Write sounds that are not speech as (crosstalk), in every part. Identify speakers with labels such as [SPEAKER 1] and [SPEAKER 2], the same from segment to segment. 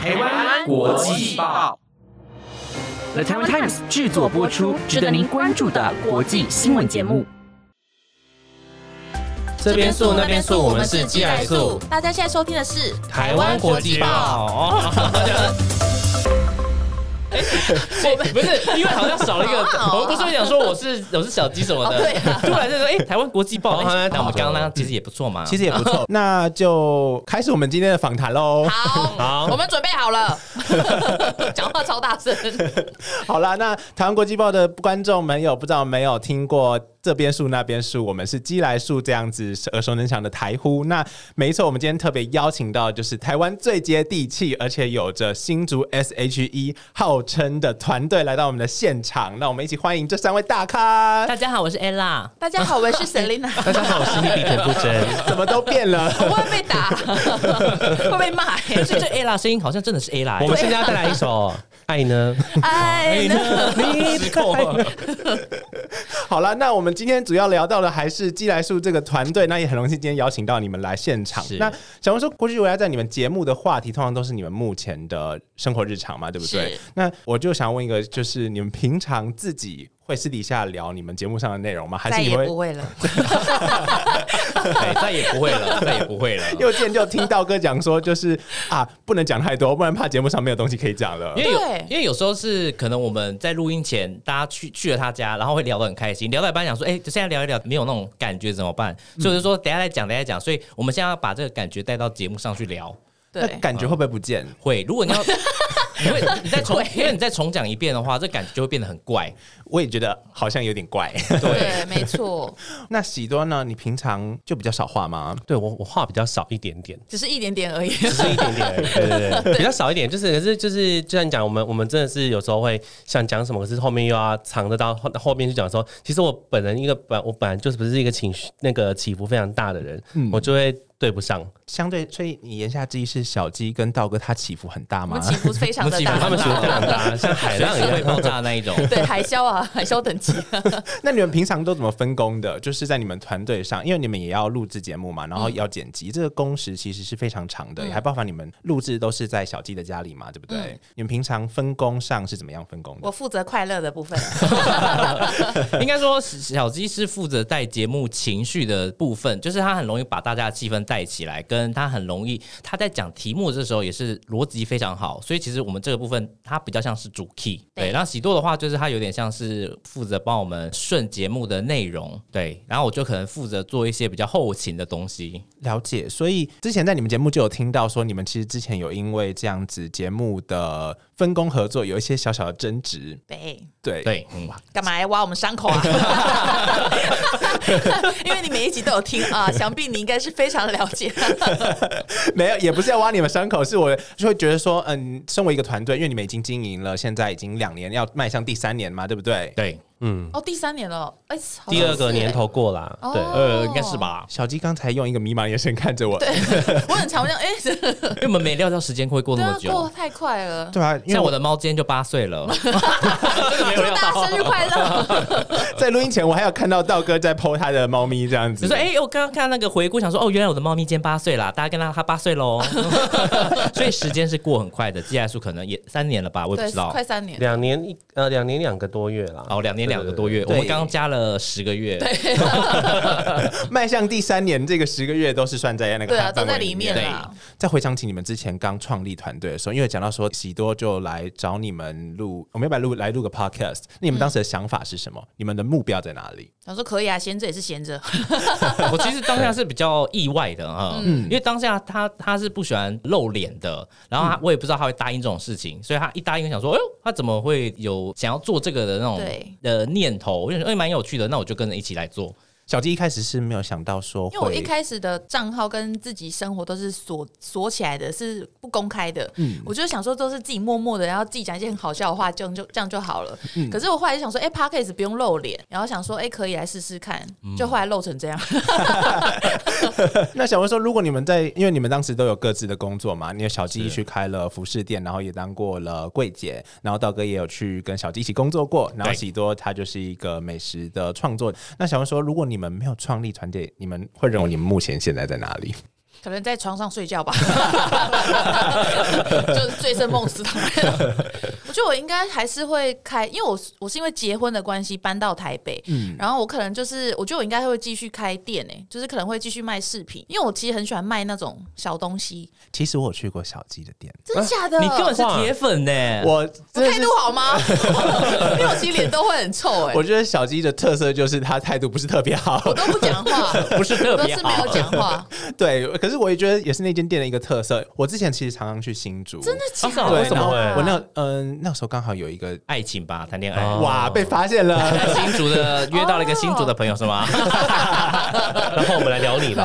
[SPEAKER 1] 台湾国际报
[SPEAKER 2] ，The Taiwan Times 制作播出，值得您关注的国际新闻节目。
[SPEAKER 3] 这边素那边素，我们是鸡来素。
[SPEAKER 4] 大家现在收听的是《
[SPEAKER 3] 台湾国际报》 (laughs) 哎，所以不是因为好啊像少了一个，我不是会讲说我是我是小鸡什么的，
[SPEAKER 4] 哦对啊
[SPEAKER 3] 突然就说哎，台湾国际报，
[SPEAKER 5] 哦
[SPEAKER 3] 哎那我们刚刚其实也不错嘛，
[SPEAKER 5] 其实也不错。那就开始我们今天的访谈喽。
[SPEAKER 4] 好，
[SPEAKER 3] 好
[SPEAKER 4] 我们准备好
[SPEAKER 3] (laughs)
[SPEAKER 4] 了，讲话超大声。
[SPEAKER 5] 好啦，那台湾国际报的观众朋友，不知道有没有听过这边树那边树，我们是鸡来树这样子耳熟能详的台呼。那没错，我们今天特别邀请到就是台湾最接地气，而且有着新竹 SHE 号称的团队来到我们的现场，那我们一起欢迎这三位大咖。
[SPEAKER 3] 大家好，我是 Ella。
[SPEAKER 4] 大家好，我是 Selina，
[SPEAKER 5] 大家好，我是
[SPEAKER 3] 一点不真，
[SPEAKER 5] 怎么都变了？
[SPEAKER 4] 我会被打，会被骂。
[SPEAKER 3] 可 (laughs) (laughs) 是这 Ella 声音好像真的是 Ella，欸
[SPEAKER 6] 我们现在要带来一首《爱呢
[SPEAKER 4] 哎，那
[SPEAKER 3] 失控了，
[SPEAKER 5] 好了，那我们今天主要聊到的还是寄来树这个团队，那也很荣幸今天邀请到你们来现场
[SPEAKER 3] 是。
[SPEAKER 5] 那小红说，过去我要在你们节目的话题，通常都是你们目前的生活日常嘛，对不对
[SPEAKER 4] 是？
[SPEAKER 5] 那我就想问一个，就是你们平常自己会私底下聊你们节目上的内容吗？还
[SPEAKER 4] 再
[SPEAKER 5] 是你
[SPEAKER 4] 也
[SPEAKER 5] 会
[SPEAKER 4] 不会了。
[SPEAKER 3] 对，哎再也不会了，再也不会了。
[SPEAKER 5] 又见就听到哥讲说，就是啊，不能讲太多，不然怕节目上没有东西可以讲了
[SPEAKER 3] 因。为有
[SPEAKER 4] 对，
[SPEAKER 3] 因为有时候是可能我们在录音前，大家去去了他家，然后会聊得很开心，聊到一半想说，哎、现在聊一聊没有那种感觉怎么办？所以我就说等一下再讲，等一下讲。所以我们现在要把这个感觉带到节目上去聊。 (laughs)
[SPEAKER 4] (laughs)
[SPEAKER 5] 那
[SPEAKER 4] 对，嗯
[SPEAKER 5] 感觉会不会不见？
[SPEAKER 3] 会，如果 (laughs) 你要，你会你再重，因为你再重讲一遍的话，这感觉就会变得很怪。
[SPEAKER 5] 我也觉得好像有点怪。 (laughs)
[SPEAKER 4] 对，没错，
[SPEAKER 5] 那喜多呢？你平常就比较少话吗？》。
[SPEAKER 6] (laughs) 对我，我话比较少一点点，
[SPEAKER 4] 只是一点点而
[SPEAKER 3] (laughs)
[SPEAKER 4] 已。
[SPEAKER 6] 只是一点点而已，对对对，比较少一点。就是，可是就是，就像你讲，我们我们真的是有时候会想讲什么，可是后面又要藏得到后后面去讲说，其实我本人一个本我本来就是不是一个情绪那个起伏非常大的人，我就会对不上。
[SPEAKER 5] 相对，所以你言下之意是小鸡跟道哥他起伏很大
[SPEAKER 4] 我
[SPEAKER 5] 吗
[SPEAKER 4] 们？起伏非常的
[SPEAKER 3] 我们起伏
[SPEAKER 4] 大，
[SPEAKER 6] 他们喜欢非常大，像海
[SPEAKER 3] 啊海浪 (laughs)
[SPEAKER 6] 浪一
[SPEAKER 3] 也会
[SPEAKER 6] 样。
[SPEAKER 3] 爆炸的那一种。
[SPEAKER 4] 对海啸啊，海啸等级。
[SPEAKER 5] (laughs) 那你们平常都怎么分工的？就是在你们团队上，因为你们也要录制节目嘛，然后
[SPEAKER 4] 嗯
[SPEAKER 5] 要剪辑，这个工时其实是非常长的，也还包含你们录制都是在小鸡的家里嘛，对不对？你们平常分工上是怎么样分工
[SPEAKER 4] 嗯我
[SPEAKER 5] 的？
[SPEAKER 4] 负责快乐的部
[SPEAKER 3] (laughs)
[SPEAKER 4] 分，
[SPEAKER 3] 应该说，小鸡是负责带节目情绪的部分，就是他很容易把大家的气氛带起来，跟他很容易他在讲题目的时候也是逻辑非常好，所以其实我们这个部分他比较像是主 key。
[SPEAKER 4] 对
[SPEAKER 3] 对，然后喜多的话就是他有点像是负责帮我们顺节目的内容，对，然后我就可能负责做一些比较后勤的东西。
[SPEAKER 5] 了解。所以之前在你们节目就有听到说，你们其实之前有因为这样子节目的分工合作有一些小小的争执，
[SPEAKER 4] 对。
[SPEAKER 5] 对。
[SPEAKER 3] 对，嗯，
[SPEAKER 4] 干嘛来挖我们伤口啊？ (laughs) 因为你每一集都有听啊，想必你应该是非常了解。
[SPEAKER 5] 没有，也不是要挖你们伤口，是我就会觉得说，嗯，身为一个团队，因为你们已经经营了，现在已经两年，要迈向第三年嘛，对不对？
[SPEAKER 3] 对，
[SPEAKER 6] 嗯，
[SPEAKER 4] 哦，第三年了，哎，好像是
[SPEAKER 6] 第二个年头过啦，
[SPEAKER 4] 哦
[SPEAKER 6] 对。
[SPEAKER 3] 呃，应该是吧，
[SPEAKER 5] 小鸡刚才用一个迷茫眼神看着我，对
[SPEAKER 4] 哎，我很常这样，哎，这
[SPEAKER 3] (laughs) 因为我们没料到时间会过
[SPEAKER 4] 对
[SPEAKER 3] 那
[SPEAKER 4] 啊
[SPEAKER 3] 么，久。
[SPEAKER 4] 过得太快了，
[SPEAKER 5] 啊，因为
[SPEAKER 3] 像我的猫今天就八岁了，
[SPEAKER 4] 祝大家生日快乐！
[SPEAKER 5] (laughs) 在录音前，我还有看到道哥在剖他的猫咪这样子，
[SPEAKER 3] 就说哎、我刚刚看那个回顾，想说哦，原来我的猫咪今天八岁啦，大家跟它它八
[SPEAKER 4] (laughs)
[SPEAKER 3] 岁喽， (laughs) 所以时间是过很快的，寄来数可能也三年了吧，我也不
[SPEAKER 4] 对
[SPEAKER 3] 知，道
[SPEAKER 4] 快。三年，
[SPEAKER 6] 两年一呃，两年两个多月啦。
[SPEAKER 3] 哦，两年两个多月，我
[SPEAKER 5] 对
[SPEAKER 3] 们刚加了十个月，
[SPEAKER 5] 迈向第三年，这个十个月都是算在那个
[SPEAKER 4] 对啊，
[SPEAKER 5] 范
[SPEAKER 4] 都
[SPEAKER 5] 围
[SPEAKER 4] 在里面
[SPEAKER 5] 面。
[SPEAKER 4] 啦。
[SPEAKER 5] 再回想起你们之前刚创立团队的时候，因为讲到说喜多就来找你们录，我们要不要录来录个 podcast？那你们当时的想法是什么？你们的目标在哪里？
[SPEAKER 4] 想说可以啊，闲着也是闲着，
[SPEAKER 3] (laughs) 我其实当下是比较意外的啊，
[SPEAKER 4] 嗯
[SPEAKER 3] 因为当下他他是不喜欢露脸的，然后他
[SPEAKER 4] 嗯
[SPEAKER 3] 我也不知道他会答应这种事情，所以他一答应我想说，哎呦，他怎么会有想要做这个的那种
[SPEAKER 4] 对
[SPEAKER 3] 呃念头？我就觉得哎蛮有趣的，那我就跟着一起来做。
[SPEAKER 5] 小鸡一开始是没有想到说
[SPEAKER 4] 因为我一
[SPEAKER 5] 会。
[SPEAKER 4] 开始的账号跟自己生活都是锁锁起来的，是不公开的。我就想说都是自己默默的，然后自己讲一些很好笑的话，这样就这样就好了。可是我后来就想说，哎、p a c k a s e 不用露脸，然后想说，哎、可以来试试看，就后来露成这样。
[SPEAKER 5] 那想问说，如果你们在，因为你们当时都有各自的工作嘛，你有小鸡去开了服饰店，然后也当过了柜姐，然后道哥也有去跟小鸡一起工作过，然后
[SPEAKER 3] 对
[SPEAKER 5] 喜多他就是一个美食的创作。那想问说，如果你们没有创立团队，你们会认为你们目前现在在哪里？
[SPEAKER 4] 可能在床上睡觉吧，就是醉生梦死。我觉得我应该还是会开，因为我是我是因为结婚的关系搬到台北，然后我可能就是我觉得我应该会继续开店诶、就是可能会继续卖饰品，因为我其实很喜欢卖那种小东西，
[SPEAKER 5] 其实我有去过小鸡的店，
[SPEAKER 4] 真的假的？
[SPEAKER 3] 你根本是铁粉呢、
[SPEAKER 5] 我
[SPEAKER 4] 我态度好吗？ (laughs) 因为我其实脸都会很臭哎、
[SPEAKER 5] 我觉得小鸡的特色就是他态度不是特别好， (laughs)
[SPEAKER 4] 我都不讲话，
[SPEAKER 3] 不是特
[SPEAKER 4] 我都
[SPEAKER 3] 别
[SPEAKER 4] 是没
[SPEAKER 3] 好
[SPEAKER 4] 有。讲话，
[SPEAKER 5] 对。可是我也觉得也是那间店的一个特色。我之前其实常常去新竹，真的
[SPEAKER 4] 真的假
[SPEAKER 6] 啊
[SPEAKER 4] 的？
[SPEAKER 5] 对
[SPEAKER 6] 为什么会
[SPEAKER 5] 然后我那嗯、那时候刚好有一个
[SPEAKER 3] 爱情吧，谈恋爱。
[SPEAKER 6] 哦
[SPEAKER 5] 哇被发现了，
[SPEAKER 6] (laughs)
[SPEAKER 3] 在新竹的约到了一个新竹的朋友是吗？
[SPEAKER 4] 哦
[SPEAKER 3] (laughs)
[SPEAKER 6] 然后我们来聊你喽。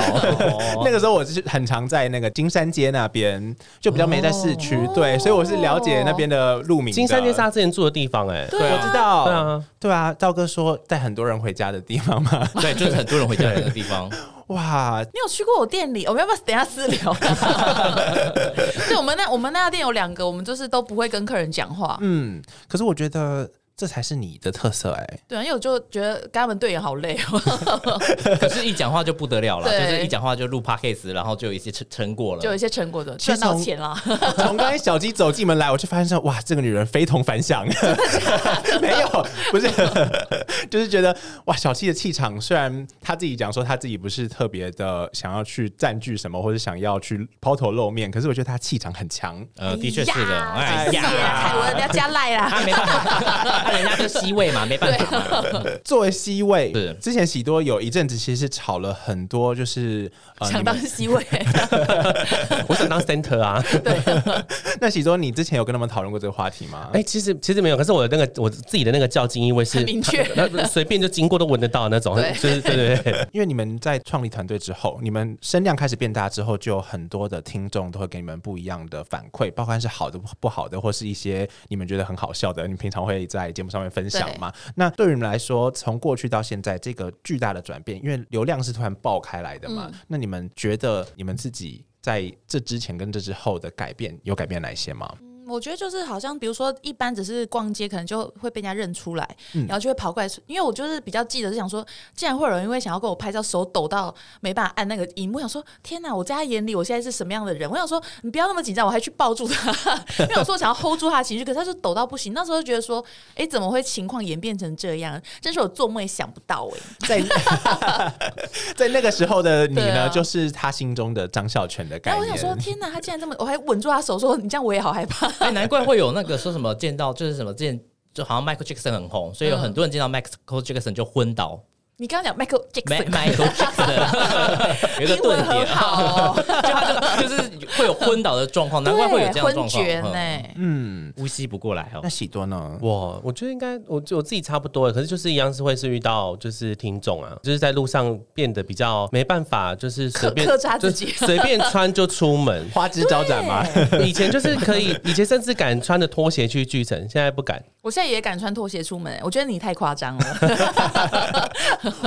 [SPEAKER 5] 那个时候我是很常在那个金山街那边，就比较没在市区，对，所以我是了解那边的路名的。
[SPEAKER 6] 哦金山街是他之前住的地方，哎，
[SPEAKER 5] 对，我知道，
[SPEAKER 6] 对啊，
[SPEAKER 5] 对啊，赵哥说带很多人回家的地方嘛，
[SPEAKER 3] 对，就是很多人回家的那个地
[SPEAKER 4] (laughs)
[SPEAKER 3] 方。
[SPEAKER 5] 哇，
[SPEAKER 4] 你有去过我店里？我们要不要等一下私聊？ (laughs) 对，我们那我们那家店有两个，我们就是都不会跟客人讲话。
[SPEAKER 5] 嗯，可是我觉得这才是你的特色哎、
[SPEAKER 4] 对，啊因为我就觉得跟他们对眼好累哦。 (laughs)
[SPEAKER 3] 可是，一讲话就不得了了，
[SPEAKER 4] 对
[SPEAKER 3] 就是一讲话就录 podcast，然后就有一些成成果
[SPEAKER 4] 就有
[SPEAKER 3] 了
[SPEAKER 4] 一。些成果的
[SPEAKER 5] 其实
[SPEAKER 4] 赚到
[SPEAKER 5] 从
[SPEAKER 4] 钱啦，
[SPEAKER 5] (laughs) 从刚才小鸡走进门来，我就发现说，哇，这个女人非同凡响。 (laughs) 没有，不是，就是觉得哇，小鸡的气场，虽然她自己讲说她自己不是特别的想要去占据什么，或者想要去抛头露面，可是我觉得她气场很强。
[SPEAKER 3] 呃，的确是的，
[SPEAKER 4] 哎
[SPEAKER 3] 哎
[SPEAKER 4] 呀，凯文人
[SPEAKER 3] 呀，
[SPEAKER 4] 家
[SPEAKER 3] 啊
[SPEAKER 4] 加赖啦，
[SPEAKER 3] 他没
[SPEAKER 4] (laughs)
[SPEAKER 3] 办法，啊他人家就 C 位嘛，没办法嘛。
[SPEAKER 5] 作为 C 位
[SPEAKER 3] 是，
[SPEAKER 5] 之前喜多有一阵子其实是吵了很多，就是呃，
[SPEAKER 4] 想
[SPEAKER 5] 你
[SPEAKER 4] 当
[SPEAKER 5] 们
[SPEAKER 4] 西位，
[SPEAKER 6] 我想当 center 啊。
[SPEAKER 5] 那喜多，你之前有跟他们讨论过这个话题吗？
[SPEAKER 6] 哎，其实其实没有，可是我的那个我自己的那个较劲意味是
[SPEAKER 4] 很明确
[SPEAKER 6] 那那随便就经过都闻得到那种，
[SPEAKER 4] 对
[SPEAKER 6] 就是对对
[SPEAKER 5] (laughs)
[SPEAKER 6] 对。 (laughs)
[SPEAKER 5] 因为你们在创立团队之后，你们声量开始变大之后，就有很多的听众都会给你们不一样的反馈，包括是好的、不好的，或是一些你们觉得很好笑的，你们平常会在节目上面分享嘛？那对于你们来说，从过去到现在这个巨大的转变，因为流量是突然爆开来的
[SPEAKER 4] 嗯
[SPEAKER 5] 嘛，那你们觉得你们自己在这之前跟这之后的改变有改变哪一些吗？
[SPEAKER 4] 我觉得就是好像，比如说一般只是逛街，可能就会被人家认出来，
[SPEAKER 3] 嗯
[SPEAKER 4] 然后就会跑过来说。因为我就是比较记得是想说，竟然会有人因为想要跟我拍照，手抖到没办法按那个荧幕，想说天哪，我在他眼里我现在是什么样的人？我想说你不要那么紧张，我还去抱住他， (laughs) 因为我说我想要 hold 住他的情绪，可是他就抖到不行。那时候就觉得说，哎、怎么会情况演变成这样？真是我做梦也想不到哎、
[SPEAKER 5] 在 (laughs) 在那个时候的你
[SPEAKER 4] 对
[SPEAKER 5] 呢，
[SPEAKER 4] 啊
[SPEAKER 5] 就是他心中的张孝全的概
[SPEAKER 4] 然后
[SPEAKER 5] 念。
[SPEAKER 4] 我想说，天哪，他竟然这么，我还吻住他手说，你这样我也好害怕。
[SPEAKER 3] 哎，难怪会有那个说什么见到就是什么见。就好像 Michael Jackson 很红，所以
[SPEAKER 4] 嗯
[SPEAKER 3] 有很多人见到 Michael Jackson 就
[SPEAKER 4] (laughs)
[SPEAKER 3] 昏倒。
[SPEAKER 4] 你刚刚讲 Michael
[SPEAKER 3] Ma-
[SPEAKER 4] Jackson，
[SPEAKER 3] Michael
[SPEAKER 4] (laughs)
[SPEAKER 3] Jackson 有一个
[SPEAKER 4] 英
[SPEAKER 3] 顿
[SPEAKER 4] 文很
[SPEAKER 3] 点，啊
[SPEAKER 4] 好、哦。
[SPEAKER 3] 就他就就是会有昏倒的状况， (laughs) 难怪会有这样的状
[SPEAKER 4] 对昏厥
[SPEAKER 3] 况，
[SPEAKER 4] 呢、
[SPEAKER 3] 嗯
[SPEAKER 5] 嗯，
[SPEAKER 3] 呼吸不过来哦
[SPEAKER 5] 那。喜多呢？。
[SPEAKER 6] 我我觉得应该，我我自己差不多了，可是就是一样是会是遇到就是听众啊，就是在路上变得比较没办法，就是随便
[SPEAKER 4] 克克制自己
[SPEAKER 6] 就随便穿就出门
[SPEAKER 5] 花枝招展吗？
[SPEAKER 6] 以前就是可以，以前甚至敢穿着拖鞋去巨城，现在不敢。
[SPEAKER 4] 我现在也敢穿拖鞋出门、欸我觉得你太夸张了。 (laughs)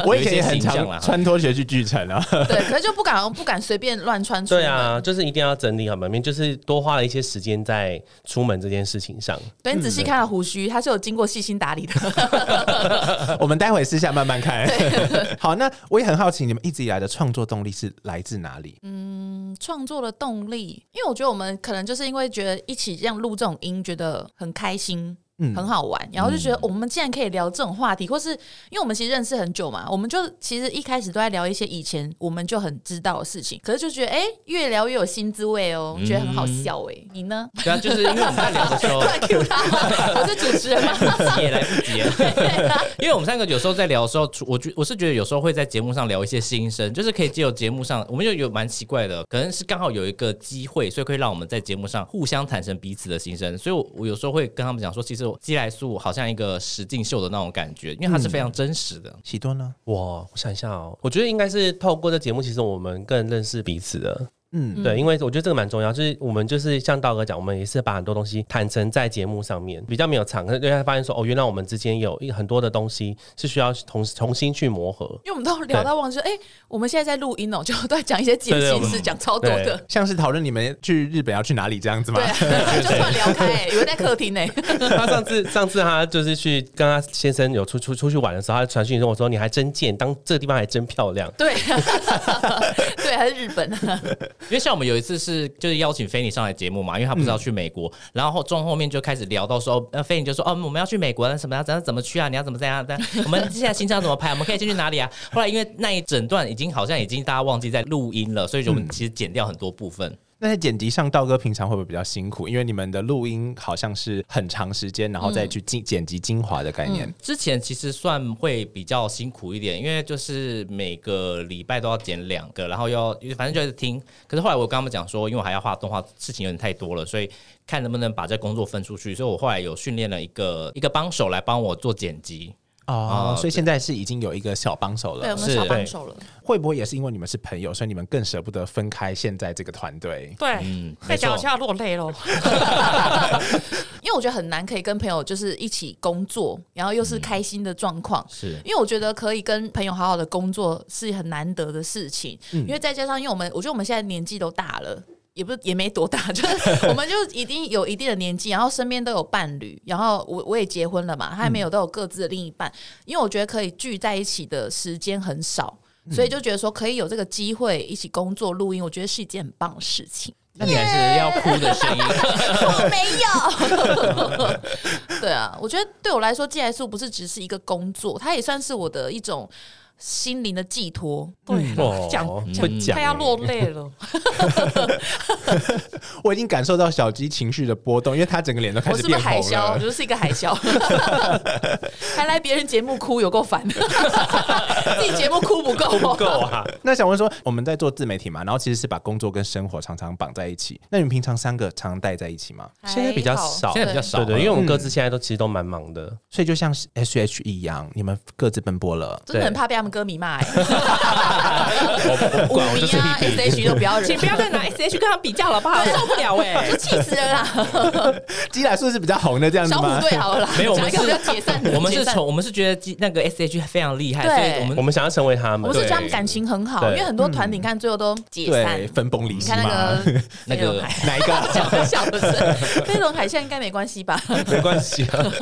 [SPEAKER 5] 我以前也
[SPEAKER 3] 有
[SPEAKER 5] 很
[SPEAKER 3] 一些形象
[SPEAKER 5] 常
[SPEAKER 3] 啦
[SPEAKER 5] 穿拖鞋去巨城
[SPEAKER 3] (laughs)
[SPEAKER 5] 啊。
[SPEAKER 4] 对，可是就不敢不敢随便乱穿出门。
[SPEAKER 6] 对啊，就是一定要整理好门面，就是多花了一些时间在出门这件事情上。
[SPEAKER 4] 对你仔
[SPEAKER 6] 嗯
[SPEAKER 4] 细看看胡须，它是有经过细心打理的。 (laughs)
[SPEAKER 5] 我们待会私下慢慢看。 (laughs) 好，那我也很好奇，你们一直以来的创作动力是来自哪里？
[SPEAKER 3] 嗯
[SPEAKER 4] 创作的动力，因为我觉得我们可能就是因为觉得一起这样录这种音，觉得很开心。
[SPEAKER 6] 嗯
[SPEAKER 4] 很好玩，然后就觉得我们竟然可以聊这种话题，或是因为我们其实认识很久嘛，我们就其实一开始都在聊一些以前我们就很知道的事情，可是就觉得哎、越聊越有新滋味哦，觉得很好
[SPEAKER 6] 嗯
[SPEAKER 4] 笑哎、你呢？ (laughs)
[SPEAKER 3] 对啊，就是因为我们在聊的时候
[SPEAKER 4] 突然 Q 他，我是主持人吗？
[SPEAKER 3] 也来不及了，因为我们三个有时候在聊的时候，除我觉我是觉得有时候会在节目上聊一些心声，就是可以借由节目上，我们就有蛮奇怪的，可能是刚好有一个机会，所以可以让我们在节目上互相坦诚彼此的心声。所以我，我有时候会跟他们讲说，其实我基来素好像一个实境秀的那种感觉，因为它是非常真实的。
[SPEAKER 5] 喜多呢？
[SPEAKER 6] 哇，我想一下哦，我觉得应该是透过这节目，其实我们更认识彼此的。
[SPEAKER 5] 嗯
[SPEAKER 6] 对，因为我觉得这个蛮重要，就是我们就是像道哥讲，我们也是把很多东西坦诚在节目上面，比较没有藏，可是对他发现说，哦，原来我们之间有一很多的东西是需要重重新去磨合。 (laughs)
[SPEAKER 4] 因为我们都聊到忘记说，哎、我们现在在录音哦、就 (laughs) 都在讲一些解
[SPEAKER 6] 对对我
[SPEAKER 4] 析
[SPEAKER 6] 们
[SPEAKER 4] 是讲超多的，
[SPEAKER 5] 像是讨论你们去日本要去哪里这样子吗
[SPEAKER 4] (laughs) 对，？啊，就突然聊开、哎有人在客厅 (laughs) 呢、
[SPEAKER 6] 他上次上次他就是去跟他先生有出出出去玩的时候，他传讯跟我说，你还真贱，当这个地方还真漂亮。
[SPEAKER 4] (laughs) 对，对，还是日本啊？
[SPEAKER 3] 因为像我们有一次是就是邀请菲尼上来节目嘛，因为他不是要去美国，然后中后面就开始聊到说，呃，菲尼就说，哦，我们要去美国，那什么要怎样怎么去啊？你要怎么怎样？但我们现在行程要怎么排？我们可以先去哪里啊？后来因为那一整段已经好像已经大家忘记在录音了，所以就我们其实剪掉很多部分。
[SPEAKER 5] (laughs) 那在剪辑上，道哥平常会不会比较辛苦？因为你们的录音好像是很长时间，然后再去精剪辑精华的概念。
[SPEAKER 3] 之前其实算会比较辛苦一点，因为就是每个礼拜都要剪两个，然后要反正就是听。可是后来我跟他们讲说，因为我还要画动画，事情有点太多了，所以看能不能把这工作分出去。所以我后来有训练了一个一个帮手来帮我做剪辑。
[SPEAKER 5] 哦
[SPEAKER 3] 哦，
[SPEAKER 5] 所以现在是已经有一个小帮手
[SPEAKER 4] 对，我
[SPEAKER 5] 了。
[SPEAKER 4] 们小帮手了，
[SPEAKER 5] 会不会也是因为你们是朋友，所以你们更舍不得分开现在这个团队？
[SPEAKER 3] 嗯
[SPEAKER 7] 对，
[SPEAKER 3] 没
[SPEAKER 7] 被
[SPEAKER 3] 错
[SPEAKER 7] 脚下落泪喽。
[SPEAKER 4] 因为我觉得很难可以跟朋友就是一起工作，然后又是开心的状况。 (laughs)
[SPEAKER 3] 是
[SPEAKER 4] 因为我觉得可以跟朋友好好的工作是很难得的事情，因为再加上，因为我们我觉得我们现在年纪都大了。也不是 (laughs) 也没多大，就是我们就已经有一定的年纪，然后身边都有伴侣，然后我我也结婚了嘛，他还没有都有各自的另一半，因为我觉得可以聚在一起的时间很少，所以就觉得说可以有这个机会一起工作录音，我觉得是一件很棒的事情。
[SPEAKER 3] (laughs) 那你还是要哭的
[SPEAKER 6] (laughs)
[SPEAKER 3] 声
[SPEAKER 4] (laughs)
[SPEAKER 3] 音。
[SPEAKER 4] 我没 (laughs) 有。对啊，我觉得对我来说，寄来素不是只是一个工作，它也算是我的一种心灵的寄托。
[SPEAKER 7] 对
[SPEAKER 6] 哦
[SPEAKER 7] 了，讲
[SPEAKER 5] 会
[SPEAKER 7] 讲
[SPEAKER 5] 讲
[SPEAKER 7] 快要落泪
[SPEAKER 6] (laughs)
[SPEAKER 7] 了。
[SPEAKER 5] 我已经感受到小鸡情绪的波动，因为他整个脸都开
[SPEAKER 4] 我
[SPEAKER 5] 始
[SPEAKER 4] 是不是
[SPEAKER 5] 变
[SPEAKER 4] 海
[SPEAKER 5] 红
[SPEAKER 4] 啸？我
[SPEAKER 5] 了。
[SPEAKER 4] 就是一个海
[SPEAKER 6] (laughs)
[SPEAKER 4] 啸，还来别人节目哭，有够烦 (laughs) 的。自己节目哭不够，
[SPEAKER 6] (laughs)
[SPEAKER 4] 哦
[SPEAKER 6] 够啊！
[SPEAKER 5] 那想问说，我们在做自媒体嘛，然后其实是把工作跟生活常常绑在一起。那你们平常三个常待在一起吗？
[SPEAKER 4] 还好
[SPEAKER 6] 现在比较少，
[SPEAKER 3] 现在比较少嗯
[SPEAKER 6] 对对，因为
[SPEAKER 3] 了
[SPEAKER 6] 我们各自现在都其实都蛮忙的，
[SPEAKER 5] 所以就像 S H E 一样，你们各自奔波了。
[SPEAKER 4] 真的很
[SPEAKER 6] 对
[SPEAKER 4] 怕被他们歌迷骂、欸。
[SPEAKER 6] 我不
[SPEAKER 4] 五
[SPEAKER 6] 管，我就是
[SPEAKER 4] 迷啊，S H 都不要
[SPEAKER 7] 请
[SPEAKER 4] 惹啊
[SPEAKER 7] 不，要再拿 S H 跟他比较了，好不好？我受不了
[SPEAKER 4] 欸
[SPEAKER 7] 哎、
[SPEAKER 4] 气死人啦！
[SPEAKER 5] 鸡来素是比较红的这样子
[SPEAKER 4] 小
[SPEAKER 5] 吗
[SPEAKER 4] 虎？队好了啦，
[SPEAKER 3] 没有我们
[SPEAKER 4] 讲一个
[SPEAKER 3] 是
[SPEAKER 4] 比较解散的，
[SPEAKER 3] 我们
[SPEAKER 4] 解
[SPEAKER 3] 是
[SPEAKER 4] 散
[SPEAKER 3] 从我们是觉得
[SPEAKER 4] (laughs)
[SPEAKER 3] 那个 S H 非常厉害，
[SPEAKER 4] 对
[SPEAKER 3] 所以我们
[SPEAKER 6] 我们想要成为他
[SPEAKER 4] 我
[SPEAKER 6] 们
[SPEAKER 4] 们。是觉得他们
[SPEAKER 3] 对
[SPEAKER 4] 感情很好，
[SPEAKER 6] 对
[SPEAKER 4] 因为很多团体你看最后都解散
[SPEAKER 5] 对，。分崩离
[SPEAKER 4] 你
[SPEAKER 5] 析
[SPEAKER 4] 看
[SPEAKER 5] 嘛。
[SPEAKER 4] (laughs) 那个
[SPEAKER 3] 那个
[SPEAKER 5] 哪一个？
[SPEAKER 3] (laughs)
[SPEAKER 4] 讲很小的声，飞轮海现在应该没关系吧？
[SPEAKER 5] 没关系、啊。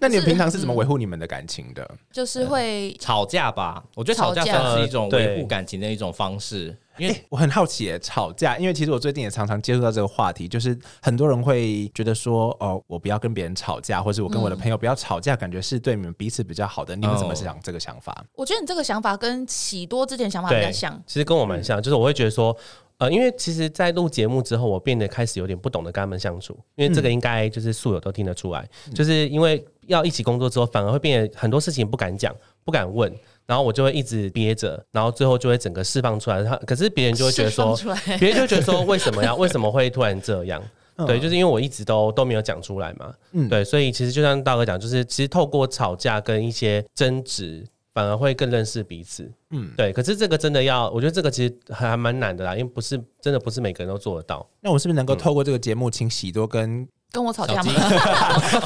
[SPEAKER 5] 那你们平常是怎么维护你们的感情的？
[SPEAKER 4] 就是会
[SPEAKER 3] 吵架吧，我觉得吵架
[SPEAKER 4] 吵架
[SPEAKER 3] 算是一种
[SPEAKER 6] 呃对
[SPEAKER 3] 维护感情的一种方式，因
[SPEAKER 4] 哎
[SPEAKER 3] 为
[SPEAKER 5] 我很好奇耶，吵架，因为其实我最近也常常接触到这个话题，就是很多人会觉得说，哦，我不要跟别人吵架，或者我跟我
[SPEAKER 4] 嗯
[SPEAKER 5] 的朋友不要吵架，感觉是对你们彼此比较好的。你们怎
[SPEAKER 4] 哦
[SPEAKER 5] 么想这个想法？
[SPEAKER 4] 我觉得你这个想法跟喜多之前想法比较
[SPEAKER 6] 对
[SPEAKER 4] 像，，嗯
[SPEAKER 6] 其实跟我蛮像，就是我会觉得说。呃，因为其实，在录节目之后，我变得开始有点不懂得跟他们相处，因为这个
[SPEAKER 4] 嗯
[SPEAKER 6] 应该就是素友都听得出来，就是因为要一起工作之后，反而会变得很多事情不敢讲、不敢问，然后我就会一直憋着，然后最后就会整个释放出来。他可是别人就会觉得说
[SPEAKER 4] 释放出来，
[SPEAKER 6] 别人就会觉得说，为
[SPEAKER 4] (laughs)
[SPEAKER 6] 什么要为什么会突然这样？对，就是因为我一直都都没有讲出来嘛，对，所以其实就像大哥讲，就是其实透过吵架跟一些争执，反而会更认识彼此。嗯，对。可是这个真的要，我觉得这个其实还还蛮难的啦，因为不是真的不是每个人都做得到。
[SPEAKER 5] 那我是不是能够透过这个节目，请喜多跟 (laughs)
[SPEAKER 4] 跟我吵架吗？ (laughs)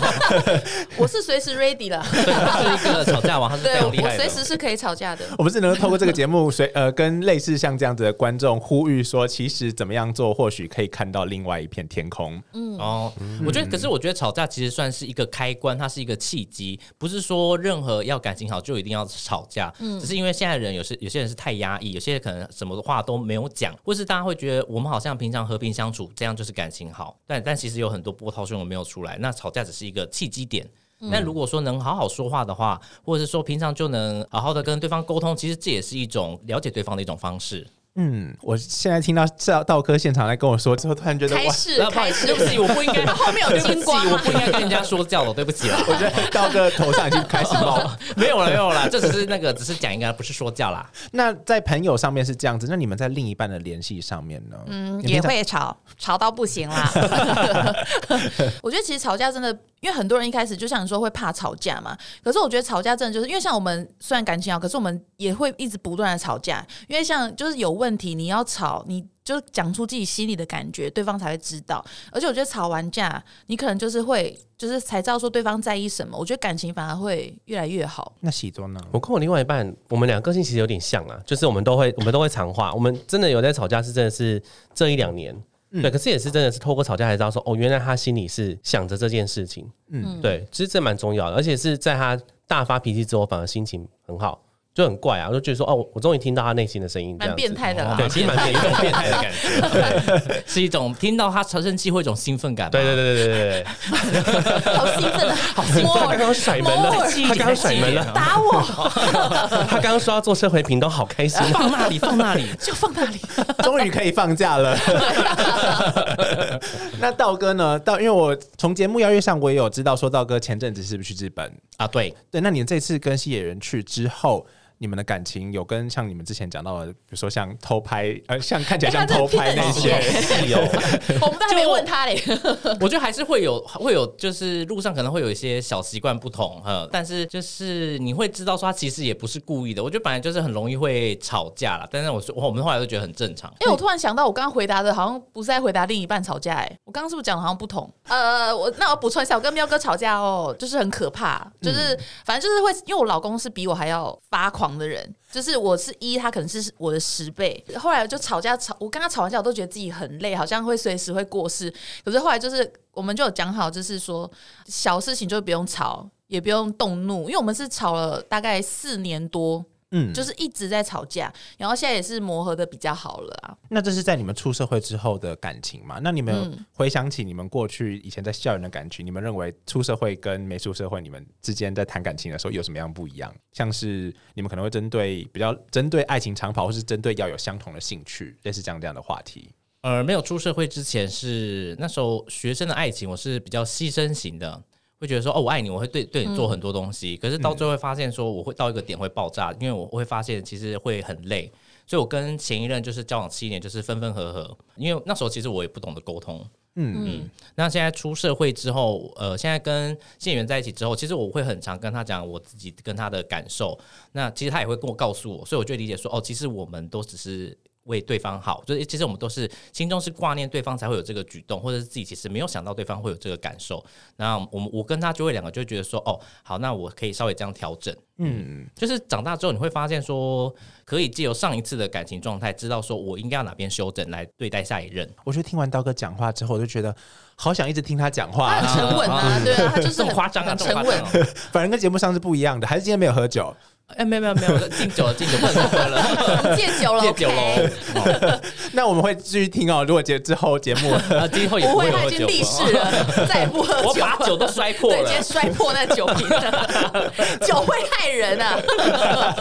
[SPEAKER 4] 我是随时 ready
[SPEAKER 3] (laughs)
[SPEAKER 4] 了，
[SPEAKER 3] 对他是一个吵架王，他是非
[SPEAKER 4] 对
[SPEAKER 3] 常厉
[SPEAKER 4] 我
[SPEAKER 3] 害
[SPEAKER 4] 随。
[SPEAKER 3] 的
[SPEAKER 4] 时是可以吵架
[SPEAKER 3] (laughs)
[SPEAKER 4] 的。
[SPEAKER 5] 我们是能够透过这个节目， (laughs) 随呃跟类似像这样子的观众呼吁说，其实怎么样做，或许可以看到另外一片天空。
[SPEAKER 4] 嗯
[SPEAKER 3] 哦，我觉得，可是我觉得吵架其实算是一个开关，它是一个契机，不是说任何要感情好就一定要吵架。
[SPEAKER 4] 嗯
[SPEAKER 3] 只是因为现在人有些有些人是太压抑，有些人可能什么话都没有讲，或是大家会觉得我们好像平常和平相处，这样就是感情好。但但其实有很多波涛汹涌没有出来，那吵架只是一个契机点。
[SPEAKER 4] 嗯
[SPEAKER 3] 那如果说能好好说话的话，或者是说平常就能好好的跟对方沟通，其实这也是一种了解对方的一种方式。
[SPEAKER 5] 嗯，我现在听到道道科现场来跟我说之后，突然觉得
[SPEAKER 4] 开
[SPEAKER 5] 哇，
[SPEAKER 4] 始
[SPEAKER 3] 然后不好
[SPEAKER 4] 开
[SPEAKER 3] 意
[SPEAKER 4] 始，
[SPEAKER 3] 思对不起，我不应该， (laughs)
[SPEAKER 4] 后面有
[SPEAKER 3] 对不
[SPEAKER 4] 金
[SPEAKER 3] 起，
[SPEAKER 4] 瓜
[SPEAKER 3] 我
[SPEAKER 4] 吗？
[SPEAKER 3] 不应该跟人家说教的，对不起啦。
[SPEAKER 5] (laughs) 我觉得道哥头上已经开始冒。 (laughs)
[SPEAKER 3] (laughs) 没有了，没有了，这只是那个，只是讲一个，不是说教啦。 (laughs)
[SPEAKER 5] 那在朋友上面是这样子，那你们在另一半的联系上面呢？嗯，
[SPEAKER 4] 也会吵，吵到不行
[SPEAKER 6] (laughs)
[SPEAKER 4] 啦。 (laughs) 我觉得其实吵架真的，因为很多人一开始就像你说会怕吵架嘛，可是我觉得吵架真的就是因为像我们虽然感情好，可是我们也会一直不断的吵架，因为像就是有问题你要吵你。就讲出自己心里的感觉，对方才会知道。而且我觉得吵完架，你可能就是会，就是才知道说对方在意什么。我觉得感情反而会越来越好。
[SPEAKER 5] 那喜多呢？ (laughs)
[SPEAKER 6] 我跟我另外一半，我们俩个性其实有点像啊，就是我们都会我们都会常话，我们真的有在吵架，是真的是这一两年。对，可是也是真的是透过吵架才知道说，哦，原来他心里是想着这件事情。嗯，对，其实这蛮重要的，而且是在他大发脾气之后，反而心情很好，就很怪啊，我就觉得说哦，我我终于听到他内心的声音，
[SPEAKER 4] 蛮
[SPEAKER 6] 这样子
[SPEAKER 4] 变态的啦。
[SPEAKER 6] 对，其实蛮
[SPEAKER 3] 有
[SPEAKER 6] 变
[SPEAKER 3] 一种
[SPEAKER 6] 态。
[SPEAKER 3] 变态的感觉，是一种听到他生气会有一种兴奋感吧。
[SPEAKER 6] (laughs) 对对对对对对对，
[SPEAKER 4] 好兴奋
[SPEAKER 6] (laughs)
[SPEAKER 4] 啊！好兴
[SPEAKER 6] 他刚刚甩门了，
[SPEAKER 3] 摩
[SPEAKER 6] 他刚刚甩门了，
[SPEAKER 4] 打我，
[SPEAKER 6] 他刚刚说要做社会屏都好开 (laughs) 心。
[SPEAKER 3] 放那里，放那里。 (laughs)
[SPEAKER 4] 就放那
[SPEAKER 6] (laughs)
[SPEAKER 4] 里。
[SPEAKER 5] 终于可以放假了。 (laughs) 那道哥呢？道，因为我从节目邀约上，我也有知道说道哥前阵子是不是去日本？
[SPEAKER 3] 啊，对，
[SPEAKER 5] 对，那你这次跟西野人去之后，你们的感情有跟像你们之前讲到的，比如说像偷拍，呃，像看起来像偷拍那些，
[SPEAKER 4] 我们都还没问他嘞。
[SPEAKER 3] 我觉得还是会有会有，就是路上可能会有一些小习惯不同哈，但是就是你会知道说他其实也不是故意的。我觉得本来就是很容易会吵架啦，但是我说我们后来都觉得很正常。
[SPEAKER 4] 哎、我突然想到，我刚刚回答的好像不是在回答另一半吵架、哎，我刚刚是不是讲的好像不同？呃，我那我补充一下，我跟喵哥吵架哦，就是很可怕，就是、反正就是会，因为我老公是比我还要发狂的人，就是我是一，他可能是我的十倍。后来就吵架吵，我跟他吵完架，我都觉得自己很累，好像会随时会过世。可是后来就是我们就有讲好，就是说小事情就不用吵，也不用动怒，因为我们是吵了大概四年多。
[SPEAKER 5] 嗯，
[SPEAKER 4] 就是一直在吵架，然后现在也是磨合的比较好了啊。
[SPEAKER 5] (laughs) 那这是在你们出社会之后的感情嘛？那你们有回想起你们过去以前在校园的感情，你们认为出社会跟没出社会，你们之间在谈感情的时候有什么样不一样？像是你们可能会针对比较针对爱情长跑，或是针对要有相同的兴趣，类似这样这样的话题。
[SPEAKER 3] 呃，没有出社会之前是那时候学生的爱情，我是比较牺牲型的，会觉得说哦，我爱你，我会对对你做很多东西。可是到最后会发现说，我会到一个点会爆炸，因为我会发现其实会很累。所以我跟前一任就是交往七年，就是分分合合，因为那时候其实我也不懂得沟通。
[SPEAKER 5] 嗯
[SPEAKER 3] 那现在出社会之后，呃，现在跟谢元在一起之后，其实我会很常跟他讲我自己跟他的感受。那其实他也会跟我告诉我，所以我就理解说，哦，其实我们都只是为对方好，就是其实我们都是心中是挂念对方才会有这个举动，或者是自己其实没有想到对方会有这个感受。那我们我跟他就会两个就会觉得说，哦，好，那我可以稍微这样调整。
[SPEAKER 5] 嗯，
[SPEAKER 3] 就是长大之后，你会发现说，可以借由上一次的感情状态，知道说我应该要哪边修正来对待下一任。
[SPEAKER 5] 我觉得听完刀哥讲话之后，我就觉得好想一直听他讲话
[SPEAKER 4] 他 (laughs)
[SPEAKER 5] 啊、
[SPEAKER 4] 很沉稳啊，对啊，他就是
[SPEAKER 3] 这么
[SPEAKER 4] 很
[SPEAKER 3] 夸张啊，
[SPEAKER 4] 很
[SPEAKER 3] 这么
[SPEAKER 4] 沉
[SPEAKER 3] 夸张
[SPEAKER 4] 稳
[SPEAKER 3] 啊。 (laughs)
[SPEAKER 5] (laughs) 反正跟节目上是不一样的。还是今天没有喝酒，
[SPEAKER 3] 哎、没有没有没有， (laughs) 敬酒了敬酒，不能再
[SPEAKER 4] (laughs)
[SPEAKER 3] 喝了，
[SPEAKER 4] 戒酒了，
[SPEAKER 3] 戒酒
[SPEAKER 4] OK
[SPEAKER 3] 喽。
[SPEAKER 5] 那我们会继续听哦。如果节之后节目，
[SPEAKER 3] 啊，今后也
[SPEAKER 4] 不会，
[SPEAKER 3] 喝
[SPEAKER 4] 他已经
[SPEAKER 3] 酒了
[SPEAKER 4] 立誓了， (laughs) 再也不喝
[SPEAKER 3] 我
[SPEAKER 4] 酒
[SPEAKER 3] 把
[SPEAKER 4] 了。
[SPEAKER 3] 酒都摔破
[SPEAKER 4] 对，
[SPEAKER 3] 了
[SPEAKER 4] 直。接摔破那酒瓶了，酒会害人啊！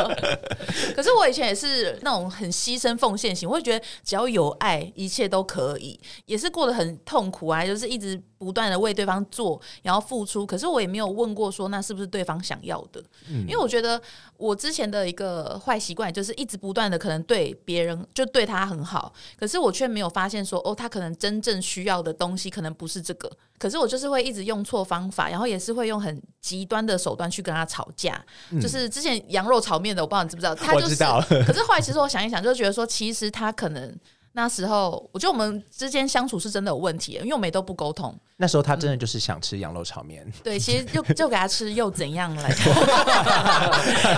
[SPEAKER 4] (laughs) 可是我以前也是那种很牺牲奉献型，我会觉得只要有爱，一切都可以，也是过得很痛苦啊，就是一直不断的为对方做，然后付出。可是我也没有问过说那是不是对方想要的，
[SPEAKER 5] 嗯
[SPEAKER 4] 因为我觉得我之前的一个坏习惯就是一直不断的可能对别人就对他很好，可是我却没有发现说哦，他可能真正需要的东西可能不是这个。可是我就是会一直用错方法，然后也是会用很极端的手段去跟他吵架。就是之前羊肉炒面的，我不知道你知不知道，他
[SPEAKER 5] 嗯我
[SPEAKER 4] 就是
[SPEAKER 5] 知 (laughs)
[SPEAKER 4] (laughs)
[SPEAKER 5] 道
[SPEAKER 4] 可是后来其实我想一想，就觉得说，其实他可能那时候，我觉得我们之间相处是真的有问题，因为我们也都不沟通。
[SPEAKER 5] (laughs) 那时候他真的就是想吃羊肉炒面。
[SPEAKER 4] 对，其实就就给他吃又怎样来着？ (laughs)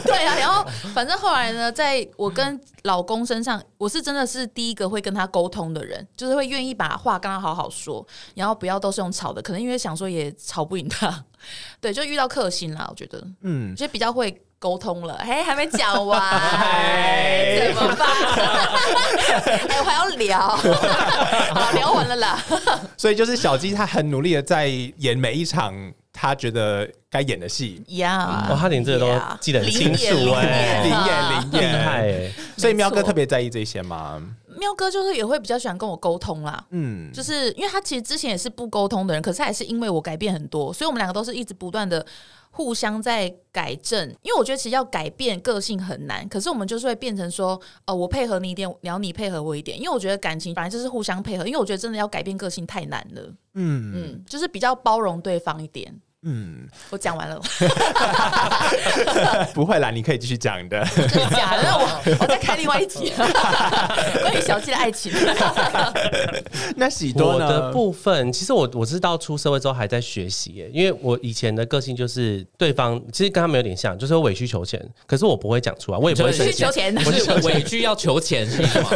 [SPEAKER 4] 对啊，然后反正后来呢，在我跟老公身上，我是真的是第一个会跟他沟通的人，就是会愿意把话跟他好好说，然后不要都是用吵的，可能因为想说也吵不赢他，对，就遇到克星啦，我觉得，
[SPEAKER 5] 嗯，
[SPEAKER 4] 就比较会。沟通了，哎、还没讲完，
[SPEAKER 5] (laughs) 哎
[SPEAKER 4] 怎么办？ (laughs) 哎、我还要聊， (laughs) 好，聊完了啦。
[SPEAKER 5] (laughs) 所以就是小鸡，他很努力的在演每一场他觉得该演的 (laughs) 戏，
[SPEAKER 4] 呀，
[SPEAKER 6] 哇，
[SPEAKER 5] 嗯
[SPEAKER 6] 他连这个都记得很清楚哎，
[SPEAKER 5] 灵
[SPEAKER 4] 零
[SPEAKER 5] 演灵
[SPEAKER 6] 厉
[SPEAKER 5] 演。
[SPEAKER 6] 害哎！
[SPEAKER 5] 所以喵哥特别在意这些嘛，
[SPEAKER 4] 喵哥就是也会比较喜欢跟我沟通啦，
[SPEAKER 5] 嗯，
[SPEAKER 4] 就是因为他其实之前也是不沟通的人，可是他也是因为我改变很多，所以我们两个都是一直不断的互相在改正。因为我觉得其实要改变个性很难，可是我们就是会变成说，呃，我配合你一点，然后你配合我一点。因为我觉得感情本来就是互相配合，因为我觉得真的要改变个性太难了。
[SPEAKER 5] 嗯
[SPEAKER 4] 嗯，就是比较包容对方一点。
[SPEAKER 5] 嗯，
[SPEAKER 4] 我讲完了， (laughs)
[SPEAKER 5] 不会啦，你可以继续讲的。 (laughs)
[SPEAKER 4] 真的假的？那我我再开另外一集， (laughs) 关于小鸡的爱情。
[SPEAKER 5] 那喜
[SPEAKER 6] 我
[SPEAKER 5] 多
[SPEAKER 6] 的
[SPEAKER 5] 呢？
[SPEAKER 6] 部分，其实我我是到出社会之后还在学习耶，因为我以前的个性就是对方其实跟他们有点像，就是委曲求全，可是我不会讲出来，我也不会
[SPEAKER 3] 你就
[SPEAKER 6] 生
[SPEAKER 4] 去
[SPEAKER 3] 是
[SPEAKER 6] 气 (laughs)
[SPEAKER 4] 求。 (laughs) 钱，
[SPEAKER 3] 不是委屈要求钱是什么？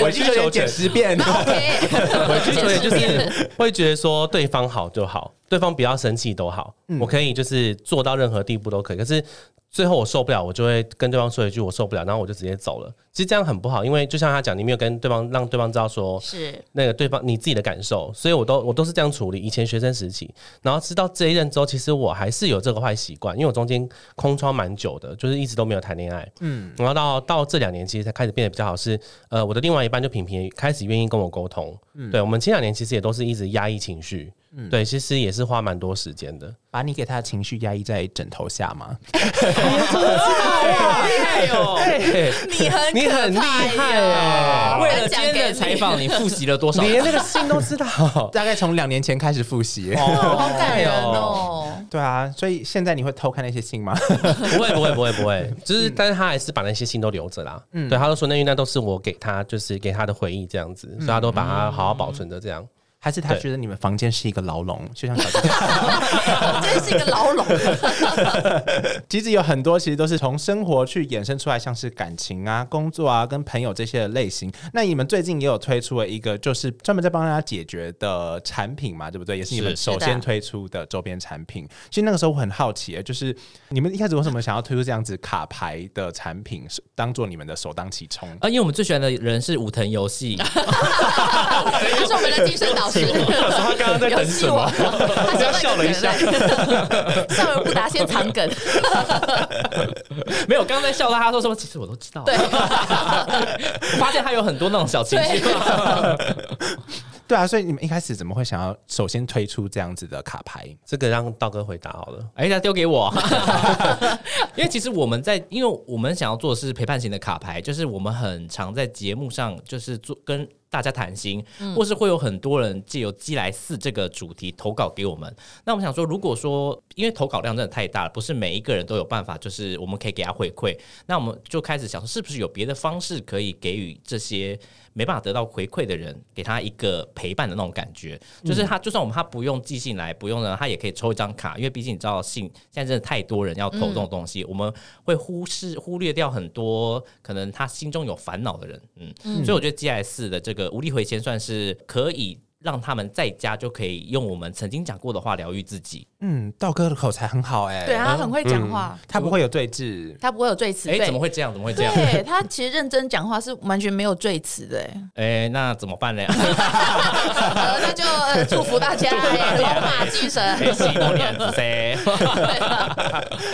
[SPEAKER 5] 我去求减十遍。
[SPEAKER 4] OK，
[SPEAKER 6] 委曲求全就是会觉得说对方好就好，对方不要生气都好，我可以就是做到任何地步都可以。可是最后我受不了，我就会跟对方说一句我受不了，然后我就直接走了。其实这样很不好，因为就像他讲，你没有跟对方让对方知道说
[SPEAKER 4] 是
[SPEAKER 6] 那个对方你自己的感受，所以我都我都是这样处理。以前学生时期，然后直到这一任之后，其实我还是有这个坏习惯，因为我中间空窗蛮久的，就是一直都没有谈恋爱。嗯，然后到到这两年其实才开始变得比较好是，呃我的另外一半就频频开始愿意跟我沟通。对我们前两年其实也都是一直压抑情绪，对，其实也是花蛮多时间的。
[SPEAKER 5] (laughs) 把你给他的情绪压抑在枕头下吗？
[SPEAKER 3] 哎呦，
[SPEAKER 4] 哦你很
[SPEAKER 6] 你
[SPEAKER 4] 可
[SPEAKER 6] 很厉
[SPEAKER 4] 怕
[SPEAKER 6] 害
[SPEAKER 4] 耶
[SPEAKER 6] 哎
[SPEAKER 3] 为
[SPEAKER 4] 他
[SPEAKER 3] 了今
[SPEAKER 4] 讲
[SPEAKER 3] 天
[SPEAKER 4] 给
[SPEAKER 3] 的
[SPEAKER 4] 你
[SPEAKER 3] 采访，你复习了多少？
[SPEAKER 6] 你连那个信都知道，
[SPEAKER 5] 大概从两年前开始复习。
[SPEAKER 4] 哦好感人哦。
[SPEAKER 5] 对啊，所以现在你会偷看那些信吗？
[SPEAKER 6] 不会不会不会不会，就是，但是他还是把那些信都留着啦。对，他都说那因为那都是我给他，就是给他的回忆这样子，所以他都把它好好保存着这样。
[SPEAKER 5] 还是他
[SPEAKER 6] 对
[SPEAKER 5] 觉得你们房间是一个牢笼，就像小鸡
[SPEAKER 4] 我真是一个牢笼，
[SPEAKER 5] (laughs) 其实有很多其实都是从生活去衍生出来，像是感情啊、工作啊、跟朋友这些的类型。那你们最近也有推出了一个，就是专门在帮大家解决的产品嘛，对不对？也是你们
[SPEAKER 3] 是
[SPEAKER 5] 首
[SPEAKER 4] 是
[SPEAKER 5] 先
[SPEAKER 4] 的
[SPEAKER 5] 推出的周边产品。其实那个时候我很好奇，就是你们一开始为什么想要推出这样子卡牌的产品，是当做你们的首当其冲？
[SPEAKER 3] 啊，因为我们最喜欢的人是武藤游
[SPEAKER 6] (laughs)
[SPEAKER 3] 戏，
[SPEAKER 4] 这是我们的精神导师。
[SPEAKER 6] 他刚刚在等什么？
[SPEAKER 4] 他
[SPEAKER 6] 不要笑了一下，
[SPEAKER 4] 笑而不答先藏梗。
[SPEAKER 3] (laughs) 没有，刚刚在笑他，他说什么？其实我都知道。
[SPEAKER 4] 对，
[SPEAKER 3] 我发现他有很多那种小情绪。
[SPEAKER 5] 对啊，所以你们一开始怎么会想要首先推出这样子的卡牌？
[SPEAKER 6] 这个让道哥回答好了。
[SPEAKER 3] 哎，他丢给我， (laughs) 因为其实我们在，因为我们想要做的是陪伴型的卡牌，就是我们很常在节目上就是做跟大家谈心，或是会有很多人借由基莱寺这个主题投稿给我们。那我们想说，如果说因为投稿量真的太大了，不是每一个人都有办法，就是我们可以给他回馈，那我们就开始想说，是不是有别的方式可以给予这些没办法得到回馈的人，给他一个陪伴的那种感觉？就是他，就算我们他不用寄信来，不用呢，他也可以抽一张卡，因为毕竟你知道信现在真的太多人要投这种东西，我们会忽视忽略掉很多可能他心中有烦恼的人，嗯，所以我觉得 G S 的这个无力回迁算是可以。让他们在家就可以用我们曾经讲过的话疗愈自己。
[SPEAKER 5] 嗯，道哥的口才很好哎、
[SPEAKER 4] 对，他很会讲话，
[SPEAKER 5] 他不会有对峙。
[SPEAKER 4] 他不会有赘词。
[SPEAKER 3] 哎、
[SPEAKER 4] 对
[SPEAKER 3] 怎么会这样？怎么
[SPEAKER 4] (laughs)
[SPEAKER 3] 会这样？
[SPEAKER 4] 对他其实认真讲话是完全没有赘词的，哎
[SPEAKER 3] 哎、那怎么办呢？ (laughs)
[SPEAKER 4] 呃那就呃祝福大家，哎龙马精神。
[SPEAKER 3] 喜多年子噻。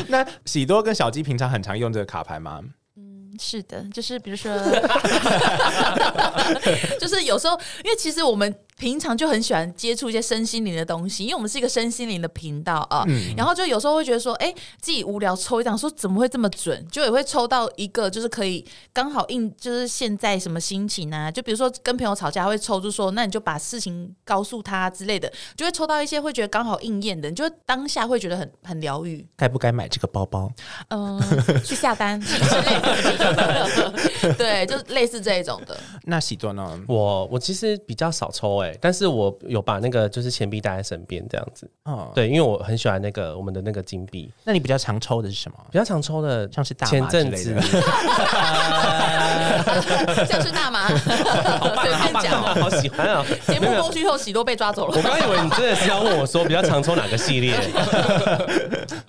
[SPEAKER 5] 那喜多跟小鸡平常很常用这个卡牌吗？
[SPEAKER 4] 是的，就是比如说，就是有时候，因为其实我们平常就很喜欢接触一些身心灵的东西，因为我们是一个身心灵的频道啊。然后就有时候会觉得说，哎、自己无聊抽一张，说怎么会这么准？就也会抽到一个，就是可以刚好应，就是现在什么心情啊？就比如说跟朋友吵架会抽，就说那你就把事情告诉他之类的，就会抽到一些会觉得刚好应验的，你就当下会觉得很很疗愈。
[SPEAKER 5] 该不该买这个包包？
[SPEAKER 4] 嗯，去下 (laughs) 单之类 (laughs) 的，对，就是类似这一种的。
[SPEAKER 5] 那喜多呢？
[SPEAKER 6] 我我其实比较少抽哎、但是我有把那个就是钱币带在身边这样子。
[SPEAKER 5] 哦，
[SPEAKER 6] 对，因为我很喜欢那个我们的那个金币，
[SPEAKER 5] 那你比较常抽的是什么？
[SPEAKER 6] 比较常抽的
[SPEAKER 5] 像是大
[SPEAKER 6] 前
[SPEAKER 5] 麻之
[SPEAKER 6] 阵
[SPEAKER 5] 类
[SPEAKER 6] 子
[SPEAKER 5] 的。
[SPEAKER 4] 像是大麻，哦
[SPEAKER 6] (laughs)
[SPEAKER 4] 随便讲。
[SPEAKER 6] 啊好喜欢啊！
[SPEAKER 4] 节目播出以后，喜多被抓走
[SPEAKER 6] 我
[SPEAKER 4] 了。
[SPEAKER 6] 刚以为你真的是要问我说比较常抽哪个
[SPEAKER 4] (laughs)
[SPEAKER 6] 系列，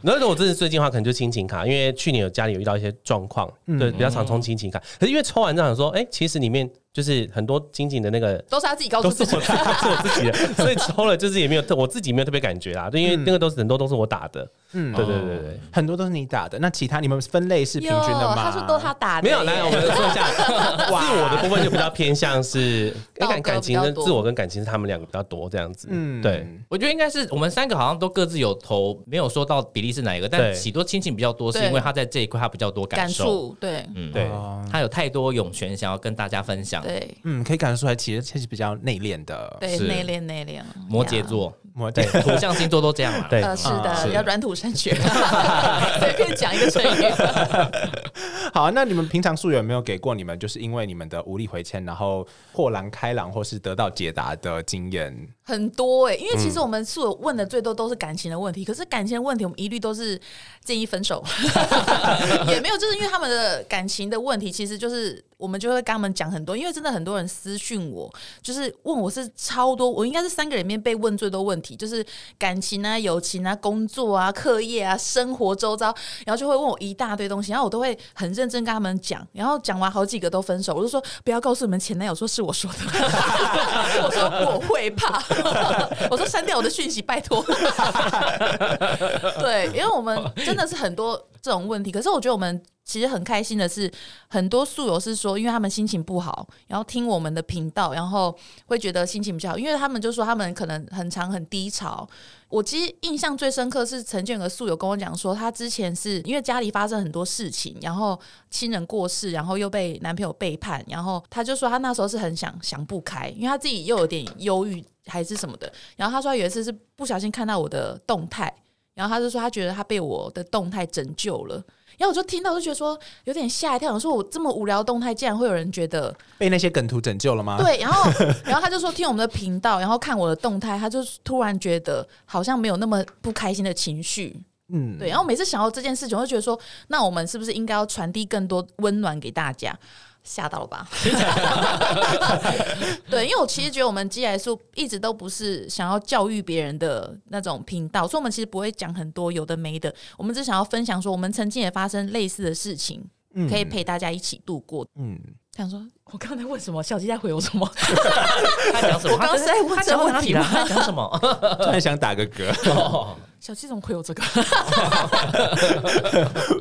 [SPEAKER 6] 然后如果我真的最近的话，可能就亲情卡，因为去年有家里有遇到一些状况，
[SPEAKER 5] 嗯
[SPEAKER 6] 对，比较常抽亲情卡。可是因为抽完之后想说，哎、其实里面就是很多亲情的那个
[SPEAKER 4] 哦都是他自己告诉
[SPEAKER 6] 都是
[SPEAKER 4] 自
[SPEAKER 6] 我
[SPEAKER 4] 己
[SPEAKER 6] 自己，是我自
[SPEAKER 4] (laughs)
[SPEAKER 6] 己的，所以抽了就是也没有特，我自己没有特别感觉啦，对，
[SPEAKER 4] 嗯
[SPEAKER 6] 因为那个都是很多都是我打的，
[SPEAKER 5] 嗯，
[SPEAKER 6] (laughs) 对对对
[SPEAKER 3] 哦
[SPEAKER 6] 对。
[SPEAKER 5] (laughs) 很多都是你打的。那其他你们分类是平
[SPEAKER 4] 哟，
[SPEAKER 5] 均的
[SPEAKER 4] 他
[SPEAKER 5] 吗？
[SPEAKER 4] 说都他打的，
[SPEAKER 6] 没有，来我们说一下，自我的部分就比较偏
[SPEAKER 4] (laughs)
[SPEAKER 6] 向是，
[SPEAKER 4] 哦
[SPEAKER 6] 哎
[SPEAKER 4] 道
[SPEAKER 6] 感
[SPEAKER 4] 格
[SPEAKER 6] 感情
[SPEAKER 4] 比
[SPEAKER 6] 跟
[SPEAKER 4] 较多
[SPEAKER 6] 自我跟感情是他们两个比较多这样子，嗯，对。。
[SPEAKER 3] 我觉得应该是我们三个好像都各自有投，没有说到比例是哪一个，但
[SPEAKER 6] 对
[SPEAKER 3] 喜多亲情比较多，是
[SPEAKER 4] 对
[SPEAKER 3] 因为他在这一块他比较多
[SPEAKER 4] 感
[SPEAKER 3] 受，
[SPEAKER 4] 触，对
[SPEAKER 3] 嗯，
[SPEAKER 6] 对
[SPEAKER 5] 哦
[SPEAKER 3] 他有太多涌泉想要跟大家分享。
[SPEAKER 4] 对
[SPEAKER 5] 嗯，可以感受出来，其实其实比较内敛的，
[SPEAKER 4] 对，
[SPEAKER 3] 是
[SPEAKER 4] 内敛内敛。
[SPEAKER 3] 摩羯座、
[SPEAKER 5] 我
[SPEAKER 3] 对
[SPEAKER 5] 对，
[SPEAKER 3] (laughs) 土象星座都这样啦。
[SPEAKER 6] 对
[SPEAKER 4] 呀，呃，是
[SPEAKER 5] 嗯
[SPEAKER 4] 的，
[SPEAKER 5] 是
[SPEAKER 4] 要软土生学，随便讲一个成语。
[SPEAKER 5] (laughs) 好，那你们平常素有没有给过你们，就是因为你们的无力回迁，然后豁然开朗，或是得到解答的经验？
[SPEAKER 4] 很多哎、因为其实我们是有问的最多都是感情的问题，可是感情的问题我们一律都是建议分手，也没有就是因为他们的感情的问题，其实就是我们就会跟他们讲很多，因为真的很多人私讯我，就是问我是超多，我应该是三个里面被问最多问题，就是感情啊、友情啊、工作啊、课业啊、生活周遭，然后就会问我一大堆东西，然后我都会很认真跟他们讲，然后讲完好几个都分手，我就说不要告诉你们前男友说是我说的， (laughs) 我说我会怕，我说删掉我的讯息，拜托。对，因为我们真的是很多这种问题，可是我觉得我们其实很开心的是，很多宿友是说，因为他们心情不好，然后听我们的频道，然后会觉得心情比较好，因为他们就说他们可能很长很低潮。我其实印象最深刻是曾经有个宿友跟我讲说，她之前是因为家里发生很多事情，然后亲人过世，然后又被男朋友背叛，然后她就说她那时候是很想想不开，因为她自己又有点忧郁还是什么的。然后她说她有一次是不小心看到我的动态，然后他就说他觉得他被我的动态拯救了，然后我就听到就觉得说有点吓一跳，我说我这么无聊的动态竟然会有人觉得
[SPEAKER 5] 被那些梗图拯救了吗？，
[SPEAKER 4] 对，然后然后他就说听我们的频道，然后看我的动态，他就突然觉得好像没有那么不开心的情绪，
[SPEAKER 5] 嗯，
[SPEAKER 4] 对，然后每次想到这件事情，我就觉得说那我们是不是应该要传递更多温暖给大家？吓到了吧？ (laughs) 对，因为我其实觉得我们 G S 一直都不是想要教育别人的那种频道，所以我们其实不会讲很多有的没的，我们只想要分享说我们曾经也发生类似的事情，
[SPEAKER 5] 嗯
[SPEAKER 4] 可以陪大家一起度过。
[SPEAKER 5] 嗯，
[SPEAKER 4] 想说，我刚才问什么？小鸡在回我什么？ (laughs)
[SPEAKER 3] 他讲什么？
[SPEAKER 4] 我刚刚是在问
[SPEAKER 3] 他
[SPEAKER 4] 这个
[SPEAKER 3] 讲
[SPEAKER 4] 问
[SPEAKER 3] 哪
[SPEAKER 4] 题
[SPEAKER 3] 里了？他讲什么？
[SPEAKER 5] (laughs) 突然想打个嗝，
[SPEAKER 4] (laughs) 小鸡怎么回我这个？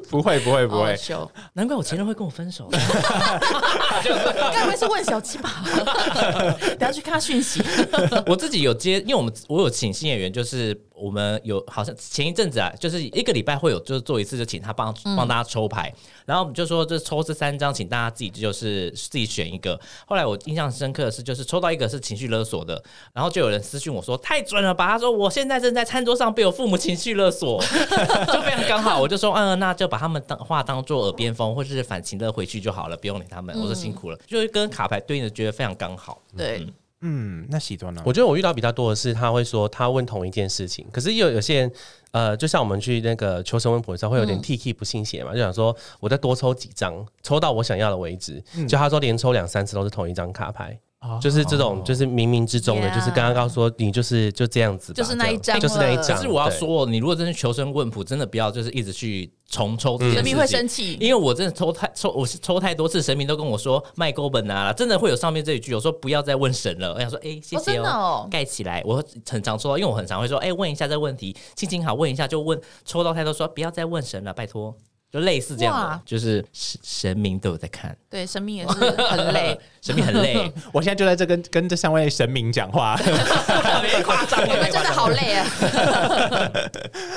[SPEAKER 5] 不会不会不
[SPEAKER 4] 好好
[SPEAKER 5] 会，
[SPEAKER 4] 笑，
[SPEAKER 3] (laughs) 难怪我前任会跟我分手。
[SPEAKER 4] 该不会是问小鸡吧？ (laughs) 等下去看他讯息。
[SPEAKER 3] (laughs) 我自己有接，因为我们我有请新演员，就是我们有好像前一阵子啊，就是一个礼拜会有，就是做一次，就请他帮帮大家抽牌，然后我们就说就抽这三张，请大家自己就是自己选一个。后来我印象深刻的是，就是抽到一个是情绪勒索的，然后就有人私讯我说太准了吧，他说我现在正在餐桌上被我父母情绪勒索， (laughs) 就非常刚好，我就说嗯，那就把他们当话当做耳边风，或是反情的回去就好了，不用理他们。我说辛苦了，就是跟卡牌对应的，觉得非常刚好。
[SPEAKER 4] 对，
[SPEAKER 5] 嗯，那喜多呢？
[SPEAKER 6] 我觉得我遇到比较多的是，他会说他问同一件事情，可是有有些人，呃，就像我们去那个求神问卜的时候，会有点 T K 不信邪嘛，就想说我再多抽几张，抽到我想要的为止。就他说连抽两三次都是同一张卡牌。就是这种，就是冥冥之中的
[SPEAKER 4] Yeah
[SPEAKER 6] 就是刚刚刚说你就是就这样子吧，
[SPEAKER 4] 就是那一
[SPEAKER 6] 这
[SPEAKER 4] 张
[SPEAKER 6] 样就是那一
[SPEAKER 4] 了
[SPEAKER 6] 张。
[SPEAKER 3] 可是我要
[SPEAKER 6] 对，
[SPEAKER 3] 说，你如果真是求生问卜，真的不要就是一直去重抽这
[SPEAKER 4] 神
[SPEAKER 3] 件事
[SPEAKER 5] 嗯
[SPEAKER 3] 情，
[SPEAKER 4] 明会生气
[SPEAKER 3] 因为我真的抽太抽，我是抽太多次，神明都跟我说卖勾本啊，真的会有上面这一句，我说不要再问神了。我想说，哎、谢
[SPEAKER 4] 哦
[SPEAKER 3] 谢
[SPEAKER 4] 真的哦
[SPEAKER 3] 盖起来。我很常抽到，因为我很常会说，哎、问一下这问题，心情好问一下，就问抽到太多说不要再问神了，拜托，就类似这样的
[SPEAKER 4] 哇，
[SPEAKER 3] 就是神神明都有在看，
[SPEAKER 4] 对，生命也是很
[SPEAKER 6] (laughs)
[SPEAKER 4] 累，
[SPEAKER 3] 神明很累，
[SPEAKER 5] 我现在就在这跟跟这三位神明讲话。 (laughs)
[SPEAKER 3] 特别夸张，
[SPEAKER 4] 我 (laughs) 们真的好累啊。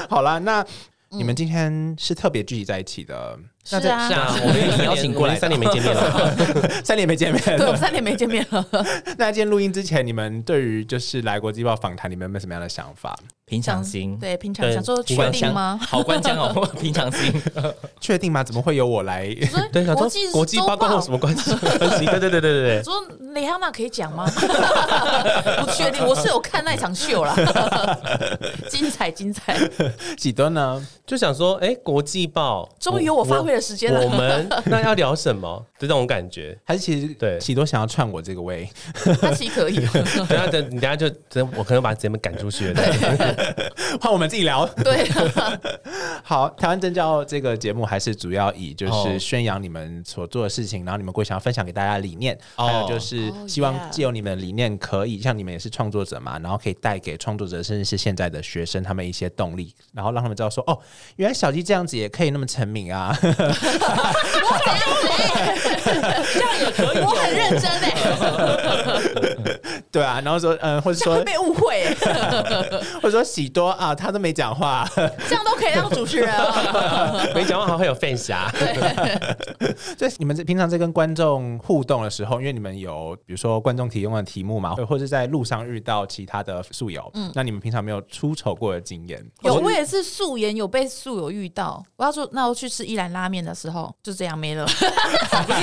[SPEAKER 5] 好啦，那你们今天是特别聚集在一起的，
[SPEAKER 4] 嗯是
[SPEAKER 6] 那这
[SPEAKER 4] 啊
[SPEAKER 3] (laughs) 是，
[SPEAKER 5] (laughs)
[SPEAKER 3] 啊，我被你邀请过来的，
[SPEAKER 6] 三年没见面了，
[SPEAKER 5] 啊
[SPEAKER 4] (laughs)
[SPEAKER 5] 三年没见面
[SPEAKER 4] 对，我们
[SPEAKER 5] 了。
[SPEAKER 4] 三年没见面
[SPEAKER 6] (laughs)
[SPEAKER 4] 了。
[SPEAKER 5] 那今天录音之前，你们对于就是来国际报访谈，你们有没有什么样的想法？
[SPEAKER 3] 平常心，
[SPEAKER 4] 对，平常
[SPEAKER 6] 对
[SPEAKER 4] 想说确
[SPEAKER 3] 官
[SPEAKER 4] 定
[SPEAKER 3] 腔
[SPEAKER 4] 吗？
[SPEAKER 3] 好官腔哦，平常心。
[SPEAKER 5] 确定吗？怎么会由我来？
[SPEAKER 4] 说
[SPEAKER 6] (laughs) 对，想
[SPEAKER 4] 国
[SPEAKER 6] 说
[SPEAKER 4] 际
[SPEAKER 6] 国际八卦有什
[SPEAKER 4] 么？
[SPEAKER 6] 么关系？关系对对对对
[SPEAKER 4] (laughs)
[SPEAKER 6] 对对，
[SPEAKER 4] 说蕾哈娜可以讲吗？ (laughs) 不确定，我是有看那场秀啦， (laughs) 精彩精彩！
[SPEAKER 5] 喜多呢？
[SPEAKER 6] 就想说，哎，国际报，
[SPEAKER 4] 终于有我发挥的时间了
[SPEAKER 6] 我我
[SPEAKER 4] (laughs)
[SPEAKER 6] 们那要聊什么？ (laughs) 就这种感觉。
[SPEAKER 5] 还是其实
[SPEAKER 6] 对
[SPEAKER 5] 喜多想要串我这个位？
[SPEAKER 4] 他其实可
[SPEAKER 6] (laughs)
[SPEAKER 4] 以，
[SPEAKER 6] 等一下等你等一下就等我可能把姐妹赶出去了。对
[SPEAKER 5] 换我们自己聊。
[SPEAKER 4] 对，啊
[SPEAKER 5] 好，台湾政教这个节目还是主要以就
[SPEAKER 3] 哦
[SPEAKER 5] 是宣扬你们所做的事情，然后你们会想要分享给大家的理念，
[SPEAKER 3] 哦
[SPEAKER 5] 还有就是
[SPEAKER 4] 哦
[SPEAKER 5] 希望
[SPEAKER 4] yeah
[SPEAKER 5] 借由你们的理念，可以像你们也是创作者嘛，然后可以带给创作者甚至是现在的学生他们一些动力，然后让他们知道说，哦，原来小鸡这样子也可以那么成名啊。 (laughs)
[SPEAKER 4] 我很认真哎，
[SPEAKER 6] 哦
[SPEAKER 5] 对啊，然后说，嗯，或者
[SPEAKER 4] 这样 (laughs) 会，
[SPEAKER 5] 说
[SPEAKER 4] 被误会欸，
[SPEAKER 5] 或者说喜多啊，他都没讲话，
[SPEAKER 4] 这样都可以当主持人
[SPEAKER 6] (laughs)
[SPEAKER 4] 啊？
[SPEAKER 6] 没讲话还会有 fans 啊。
[SPEAKER 5] 所以你们这平常在跟观众互动的时候，因为你们有比如说观众提供的题目嘛，呃或者是在路上遇到其他的宿友，
[SPEAKER 4] 嗯
[SPEAKER 5] 那你们平常没有出丑过的经
[SPEAKER 4] (laughs)
[SPEAKER 5] 验？
[SPEAKER 4] 有，我也是素颜，有被素友遇到。我要说，那我去吃一兰拉面的
[SPEAKER 6] (laughs)
[SPEAKER 4] 时候，就这样没了，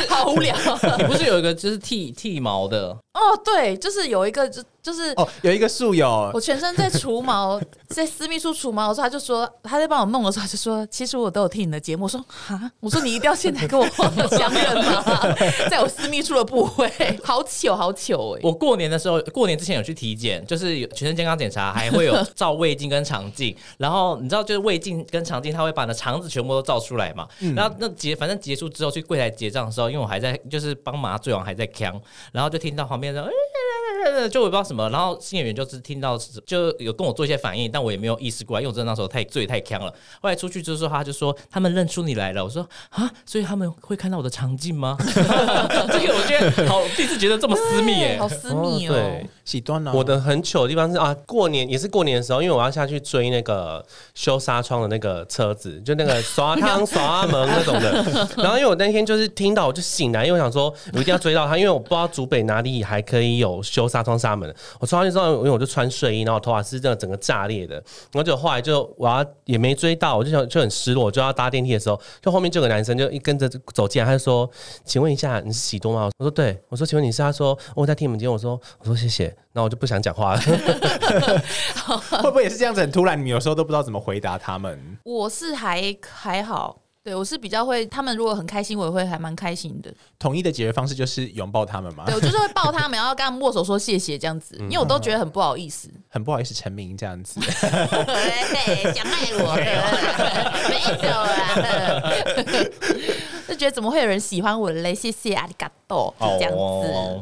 [SPEAKER 4] 好无聊。
[SPEAKER 3] 你不是有一个就是剃剃毛的
[SPEAKER 4] 哦，对，就是有一个就就是。
[SPEAKER 5] 哦，有一个宿友
[SPEAKER 4] 我，全身在除毛，在私密处除毛的时候，他就说他在帮我弄的时候，他就说其实我都有听你的节目。我说哈，我说你一定要现在跟我
[SPEAKER 3] (laughs)
[SPEAKER 4] 相认吗？在我私密处的部位， (laughs) 好糗，好糗哎、
[SPEAKER 3] 我过年的时候，过年之前有去体检，就是有全身健康检查，还会有照胃镜跟肠镜。然后你知道，就是胃镜跟肠镜，它会把你的肠子全部都照出来嘛。然后那结反正结束之后，去柜台结账的时候，因为我还在就是帮麻醉王还在呛，然后就听到旁边的。呃就我也不知道什么，然后新演员就是听到就有跟我做一些反应，但我也没有意识过来，因为我真的那时候太醉太呛了。后来出去之后，他就说他们认出你来了，我说啊，所以他们会看到我的肠镜吗？ (laughs) 这个我觉得好，第一次觉得这么私密耶、
[SPEAKER 4] 对好私密哦、
[SPEAKER 6] 对，
[SPEAKER 5] 喜多呢？
[SPEAKER 6] 我的很糗的地方是啊，过年也是过年的时候，因为我要下去追那个修纱窗的那个车子，就那个刷汤刷门那种的。然后因为我那天就是听到我就醒来，因为我想说我一定要追到他，因为我不知道竹北哪里还可以有修纱窗纱门。我冲上去之后，因为我就穿睡衣，然后我头发是这样整个炸裂的，然后就后来就我要也没追到，我就想就很失落，我就要搭电梯的时候，就后面就有个男生就一跟着走进来，他就说：“请问一下，你是喜多吗？”我说：“对。”我说：“请问你是？”他说：“我在听你们节目。”我说：“我说谢谢。”然后我就不想讲话了。
[SPEAKER 5] (laughs)
[SPEAKER 6] (laughs)
[SPEAKER 5] 会不会也是这样子？很突然，你们有时候都不知道怎么回答他们。
[SPEAKER 4] 我是还还好，对我是比较会，他们如果很开心，我也会还蛮开心的。
[SPEAKER 5] 统一的解决方式就是拥抱他们嘛
[SPEAKER 4] 对，，我就是会抱他们，然后跟他们握手说谢谢这样
[SPEAKER 3] 嗯
[SPEAKER 4] 子，因为我都觉得很不好意思。
[SPEAKER 5] 很不好意思，陈明这样子。
[SPEAKER 4] (laughs) 对，想爱我的，没有啦。就觉得怎么会有人喜欢我嘞？谢谢阿里嘎多，啊就这样子。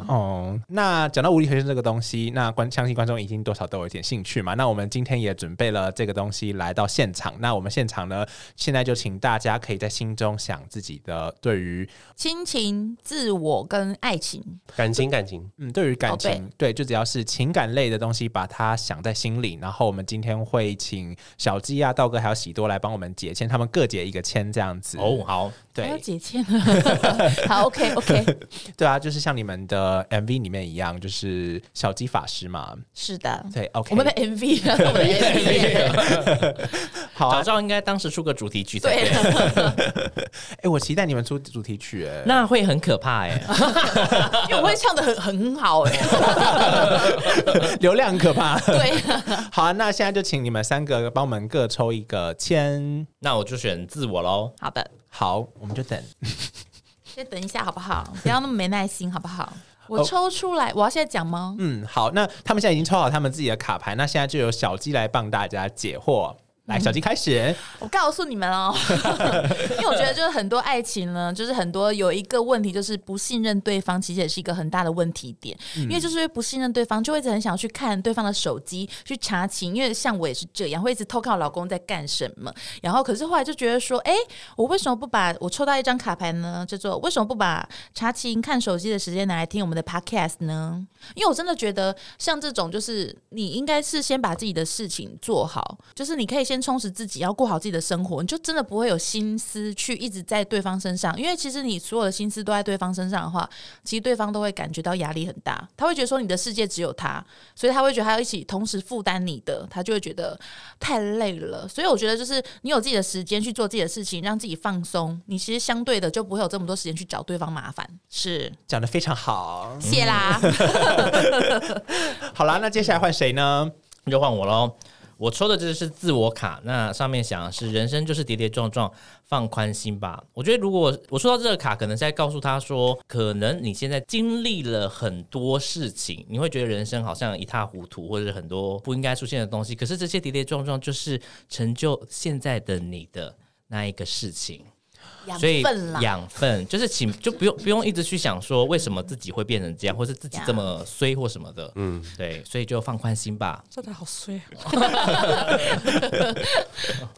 [SPEAKER 5] 哦，那讲到无力回声这个东西，那观相信观众已经多少都有一点兴趣嘛。那我们今天也准备了这个东西来到现场。那我们现场呢，现在就请大家可以在心中想自己的对于
[SPEAKER 4] 亲情、自我跟爱情，
[SPEAKER 6] 感情感情，
[SPEAKER 5] 嗯，对于感
[SPEAKER 4] 宝
[SPEAKER 5] 情，
[SPEAKER 4] 贝
[SPEAKER 5] 对，就只要是情感类的东西，把它想在心里。然后我们今天会请小鸡啊、道哥还有喜多来帮我们解签，他们各解一个签这样子。
[SPEAKER 3] 哦，，好， (laughs)
[SPEAKER 4] 还要
[SPEAKER 5] 对，
[SPEAKER 4] 解签了。好，OK OK，
[SPEAKER 5] 对啊，就是像你们的 MV 里面一样，就是小鸡法师嘛。
[SPEAKER 4] 是的。
[SPEAKER 5] 对，OK，
[SPEAKER 4] 我们的 MV 啊，我们的 MV，
[SPEAKER 5] 好
[SPEAKER 3] 早
[SPEAKER 5] 啊
[SPEAKER 3] 知。道应该当时出个主题曲才
[SPEAKER 4] 对
[SPEAKER 3] 对， (laughs)
[SPEAKER 4] 了。
[SPEAKER 5] 哎、我期待你们出主题曲、哎，
[SPEAKER 3] 那会很可怕哎、
[SPEAKER 4] 因为我会唱的很很好哎、
[SPEAKER 5] (laughs) 流量很可怕。
[SPEAKER 4] 对，
[SPEAKER 5] 好啊，那现在就请你们三个帮我们各抽一个签。
[SPEAKER 3] 那我就选自我喽。
[SPEAKER 4] 好的，
[SPEAKER 5] 好，我们就等。
[SPEAKER 4] 先等一下好不好？不要那么没耐心好不好？我抽出来，我要现在讲吗？
[SPEAKER 5] 嗯，好，那他们现在已经抽好他们自己的卡牌，那现在就由小鸡来帮大家解惑。来，小鸡开始。
[SPEAKER 4] 我告诉你们哦，因为我觉得就是很多爱情呢，就是很多有一个问题，就是不信任对方，其实也是一个很大的问题点。因为就是因为不信任对方，就会一直很想要去看对方的手机去查情，因为像我也是这样，会一直偷看我老公在干什么。然后可是后来就觉得说，哎、我为什么不把我抽到一张卡牌呢？叫做为什么不把查情看手机的时间拿来听我们的 podcast 呢？因为我真的觉得像这种，就是你应该是先把自己的事情做好，就是你可以先充实自己，要过好自己的生活，你就真的不会有心思去一直在对方身上。因为其实你所有的心思都在对方身上的话，其实对方都会感觉到压力很大，他会觉得说你的世界只有他，所以他会觉得他要一起同时负担你的，他就会觉得太累了。所以我觉得就是你有自己的时间去做自己的事情，让自己放松，你其实相对的就不会有这么多时间去找对方麻烦。是，
[SPEAKER 5] 讲的非常好，
[SPEAKER 4] 谢啦。
[SPEAKER 3] 嗯
[SPEAKER 5] 好啦，那接下来换谁呢？
[SPEAKER 3] 那就换我喽。我抽的这是自我卡，那上面想的是人生就是跌跌撞撞，放宽心吧。我觉得如果我抽到这个卡，可能是在告诉他说，可能你现在经历了很多事情，你会觉得人生好像一塌糊涂，或者是很多不应该出现的东西。可是这些跌跌撞撞就是成就现在的你的那一个事情。
[SPEAKER 4] (laughs) 养
[SPEAKER 3] 所以
[SPEAKER 4] 分啦，
[SPEAKER 3] 养分就是请就不用不用一直去想说为什么自己会变成这样，或是自己这么衰或什么的。嗯，对，所以就放宽心吧。
[SPEAKER 7] 真的哎好衰。啊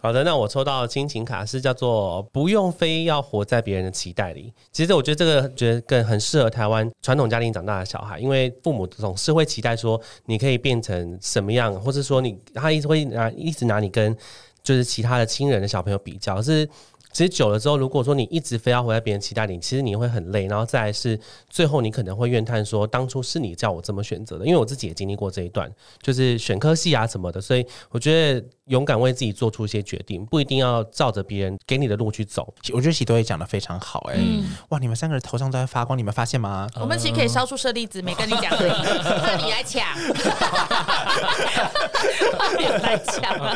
[SPEAKER 6] 好的，那我抽到的亲情卡是叫做“不用非要活在别人的期待里”。其实我觉得这个觉得更很适合台湾传统家庭长大的小孩，因为父母总是会期待说你可以变成什么样，或是说你他一直会拿一直拿你跟就是其他的亲人的小朋友比较，可是。其实久了之后，如果说你一直非要活在别人期待里，其实你会很累。然后再来是最后，你可能会怨叹说，当初是你叫我这么选择的，因为我自己也经历过这一段，就是选科系啊什么的。所以我觉得勇敢为自己做出一些决定，不一定要照着别人给你的路去走。
[SPEAKER 5] 我觉得喜多也讲的非常好、哎、哇，你们三个人头上都在发光，你们发现吗？
[SPEAKER 4] 我们其实可以烧出舍利子，没跟你讲而 (laughs) 已，怕你来抢，怕你来抢啊！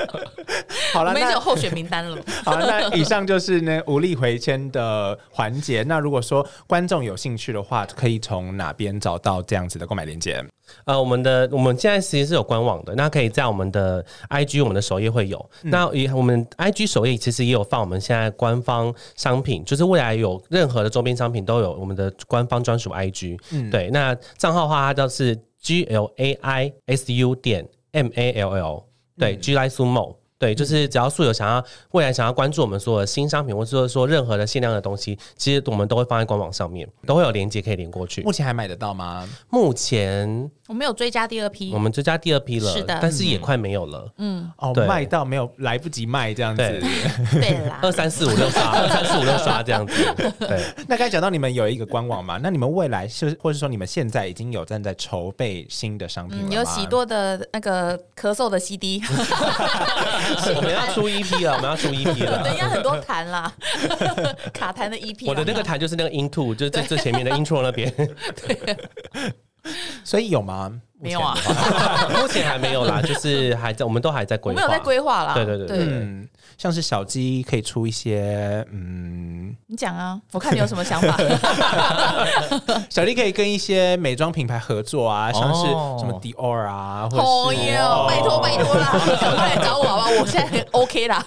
[SPEAKER 5] 好
[SPEAKER 4] 我
[SPEAKER 5] 了，
[SPEAKER 4] 们已经
[SPEAKER 5] 那
[SPEAKER 4] 有候选名单了，
[SPEAKER 5] 好了，那以上就是呢无力回迁的环节。那如果说观众有兴趣的话，可以从哪边找到这样子的购买链接？
[SPEAKER 6] 呃，我们的我们现在其实是有官网的，那可以在我们的 IG 我们的首页会有。那也我们 IG 首页其实也有放我们现在官方商品，就是未来有任何的周边商品都有我们的官方专属 IG。对，那账号的话它就是 G L A I S U 点 M A L L，对、G L I Sumo。对，就是只要素友想要未来想要关注我们所有的新商品，或者说任何的限量的东西，其实我们都会放在官网上面，都会有链接可以连过去
[SPEAKER 5] 目。前还买得到吗？
[SPEAKER 6] 目前
[SPEAKER 4] (laughs) 我们有追加第二批
[SPEAKER 6] 我，们追加第二批了，
[SPEAKER 4] 是的嗯
[SPEAKER 6] 但是也快没有了，
[SPEAKER 5] 哦，
[SPEAKER 6] 对
[SPEAKER 5] 卖到没有来不及卖这样子
[SPEAKER 6] 对。
[SPEAKER 4] 对 (laughs) 啦
[SPEAKER 6] 二，三四五六刷，二三四五六刷这样子。
[SPEAKER 4] (laughs)
[SPEAKER 6] 对，
[SPEAKER 5] (laughs) 那刚才讲到你们有一个官网嘛，那你们未来是或者说你们现在已经有正在筹备新的商品了
[SPEAKER 4] 嗯，
[SPEAKER 5] 吗？
[SPEAKER 4] 有喜多的那个咳嗽的 (laughs) CD，
[SPEAKER 6] 我们要出 EP 了，我们要出 EP
[SPEAKER 4] (laughs) 我等一
[SPEAKER 6] 了。
[SPEAKER 4] 下很多弹啦，卡弹的 E EP，啦
[SPEAKER 6] 我的那个台就是那个 Into，就是最最前面的 Intro 那
[SPEAKER 4] (laughs)
[SPEAKER 6] 边，
[SPEAKER 5] 所以有吗？
[SPEAKER 4] 没有啊
[SPEAKER 5] 目前的话
[SPEAKER 6] 目前还没有啦，就是还在，我们都还在
[SPEAKER 4] 我
[SPEAKER 6] 规
[SPEAKER 4] 们
[SPEAKER 6] 划。
[SPEAKER 4] 有在规划啦，
[SPEAKER 6] 对对对对
[SPEAKER 4] 对，
[SPEAKER 5] 嗯，像是小鸡可以出一些，嗯，
[SPEAKER 4] 你讲啊，我看你有什么想法。
[SPEAKER 5] 小鸡可以跟一些美妆品牌合作啊，像是
[SPEAKER 3] 哦
[SPEAKER 5] 什么 Dior 啊，或
[SPEAKER 4] (laughs) 哦
[SPEAKER 5] 者是
[SPEAKER 4] 哟，拜托拜托啦，赶快来找我好吧，我现在很 OK 啦。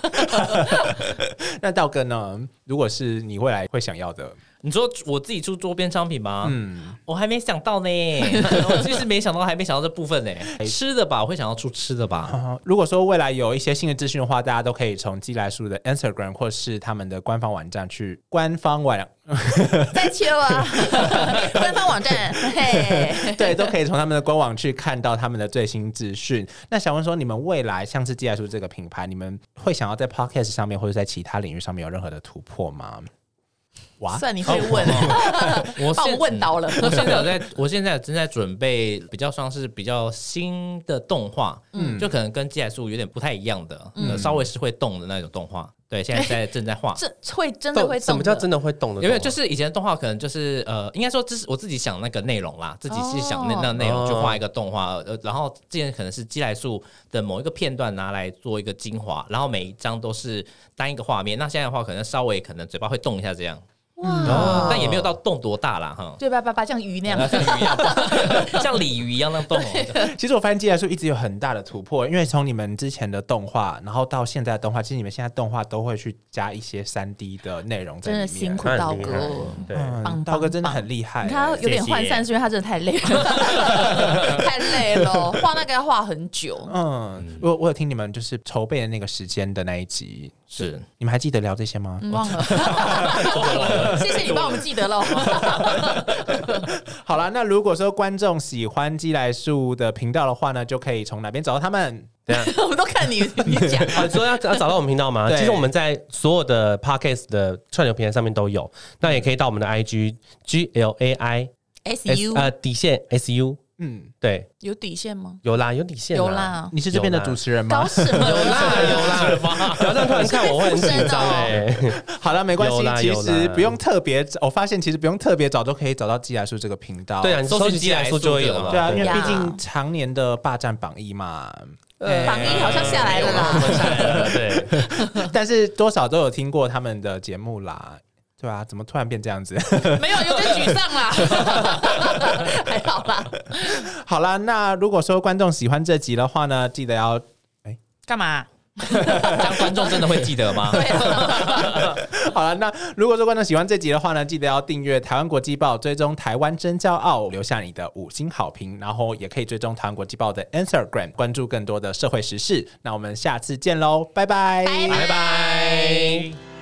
[SPEAKER 5] 那道哥呢？如果是你未来会想要的，
[SPEAKER 3] 你说我自己出周边商品吗？
[SPEAKER 5] 嗯，
[SPEAKER 3] 我还没想到呢，我其实没想到，还没想到这部分呢。吃的吧，我会想要出吃的吧。
[SPEAKER 5] 啊如果说未来有一些新的资讯的话，大家都可以从寄来书的 Instagram 或是他们的官方网站去官方网， (laughs)
[SPEAKER 4] 再切 (laughs) 啊，官方网站，嘿，
[SPEAKER 5] 对，都可以从他们的官网去看到他们的最新资讯。那想问说，你们未来像是寄来书这个品牌，你们会想要在 Podcast 上面或者在其他领域上面有任何的突破吗？哇，
[SPEAKER 4] 算你会问，
[SPEAKER 3] 我
[SPEAKER 4] 哦把我
[SPEAKER 3] 现
[SPEAKER 4] 们问倒了。
[SPEAKER 3] 我现在有在，我现在正在准备比较像是比较新的动画，嗯，就可能跟《寄来素有点不太一样的，
[SPEAKER 4] 嗯
[SPEAKER 3] 呃稍微是会动的那种动画。对，现在在正在画。
[SPEAKER 4] 这会真的会
[SPEAKER 6] 什
[SPEAKER 4] 动
[SPEAKER 6] 么
[SPEAKER 4] 的？
[SPEAKER 6] 叫真的会动的？啊
[SPEAKER 3] 有没有就是是以前的动画可能就是呃，应该说这是我自己想那个内容啦，自己是呃想那
[SPEAKER 4] 哦
[SPEAKER 3] 那内容
[SPEAKER 6] 哦
[SPEAKER 3] 就画一个动画，呃，然后之前可能是基来素的某一个片段拿来做一个精华，然后每一张都是单一个画面。那现在的话，可能稍微可能嘴巴会动一下这样，
[SPEAKER 4] 哇
[SPEAKER 3] 但也没有到动多大
[SPEAKER 4] (laughs)
[SPEAKER 3] 啦哈。
[SPEAKER 4] 对吧？爸爸像鱼那样，
[SPEAKER 3] 像鱼一样，像鲤鱼一样
[SPEAKER 4] (laughs)
[SPEAKER 3] 那样动哦。
[SPEAKER 5] 其实我发现寄来书一直有很大的突破，因为从你们之前的动画，然后到现在的动画，其实你们现在动画都会去加一些三 D 的内容在
[SPEAKER 4] 真
[SPEAKER 5] 里
[SPEAKER 4] 的
[SPEAKER 5] 面。
[SPEAKER 4] 辛苦
[SPEAKER 6] 那很
[SPEAKER 4] 道
[SPEAKER 6] 厉
[SPEAKER 4] 哥。
[SPEAKER 6] 对，
[SPEAKER 5] 嗯，
[SPEAKER 4] 棒
[SPEAKER 5] 道哥
[SPEAKER 4] 棒
[SPEAKER 5] 真的
[SPEAKER 4] 棒
[SPEAKER 5] 很厉害、
[SPEAKER 4] 你看他有点涣散，是因为他真的太累 (laughs) 了，太累了，画那个要画很久。
[SPEAKER 5] 嗯，我我有听你们就是筹备的那个时间的那一集，
[SPEAKER 3] 是，
[SPEAKER 5] 你们还记得聊这些吗？
[SPEAKER 4] 嗯，忘了，谢谢你帮我们记得了。
[SPEAKER 5] 好啦，那如果说观众喜欢寄来树的频道的话呢，就可以从哪边找到他们？
[SPEAKER 4] 我们都看你，你讲。
[SPEAKER 6] 啊，你说要要找到我们频道吗？
[SPEAKER 5] 对
[SPEAKER 6] 其实我们在所有的 podcast 的串流平台上面都有，那也可以到我们的 IG G L A I
[SPEAKER 4] S
[SPEAKER 6] S
[SPEAKER 4] U
[SPEAKER 6] 呃底线 S U，
[SPEAKER 5] 嗯，
[SPEAKER 6] 对，
[SPEAKER 4] 有底线吗？
[SPEAKER 6] 有啦，有底线，
[SPEAKER 4] 有，啦，
[SPEAKER 5] (laughs) 你是这边的主持人
[SPEAKER 4] 搞
[SPEAKER 6] (laughs)
[SPEAKER 5] 吗？
[SPEAKER 4] 什么？有啦
[SPEAKER 6] 有啦， (laughs) 不要这样突然看我会很 (laughs) 紧张哎。
[SPEAKER 5] 好了，没关
[SPEAKER 6] 有
[SPEAKER 5] 系，
[SPEAKER 6] 啦
[SPEAKER 5] 其
[SPEAKER 6] 有
[SPEAKER 5] 实
[SPEAKER 6] 啦
[SPEAKER 5] 不用特别找，我发现其实不用特别找都可以找到寄来树这个频道。
[SPEAKER 6] 对啊，你
[SPEAKER 3] 搜
[SPEAKER 6] 搜
[SPEAKER 3] 寻
[SPEAKER 6] 集
[SPEAKER 3] 机
[SPEAKER 6] 机来
[SPEAKER 3] 来
[SPEAKER 6] 说
[SPEAKER 3] 搜
[SPEAKER 6] 就会
[SPEAKER 3] 就
[SPEAKER 6] 有
[SPEAKER 3] 有
[SPEAKER 6] 了，
[SPEAKER 3] 了
[SPEAKER 5] 对啊，
[SPEAKER 6] (laughs)
[SPEAKER 5] 因为
[SPEAKER 4] 呀
[SPEAKER 5] 毕竟常年的霸占榜一嘛，
[SPEAKER 6] 呃
[SPEAKER 4] 榜一好像下来了啦。
[SPEAKER 6] 对，
[SPEAKER 5] 但是多少都有听过他们的节目啦，对吧、怎么突然变这样子？
[SPEAKER 4] 没有，有点沮丧啦，还好啦。
[SPEAKER 5] 好啦，那如果说观众喜欢这集的话呢，记得要 (laughs)
[SPEAKER 4] 干嘛？
[SPEAKER 3] 这样观众真的会记得吗？
[SPEAKER 4] 对啊，
[SPEAKER 5] 好了。那如果说观众喜欢这集的话呢，记得要订阅台湾国际报，追踪台湾真骄傲，留下你的五星好评，然后也可以追踪台湾国际报的 Instagram，关注更多的社会时事。那我们下次见喽，拜拜，
[SPEAKER 4] 拜拜
[SPEAKER 6] 拜拜。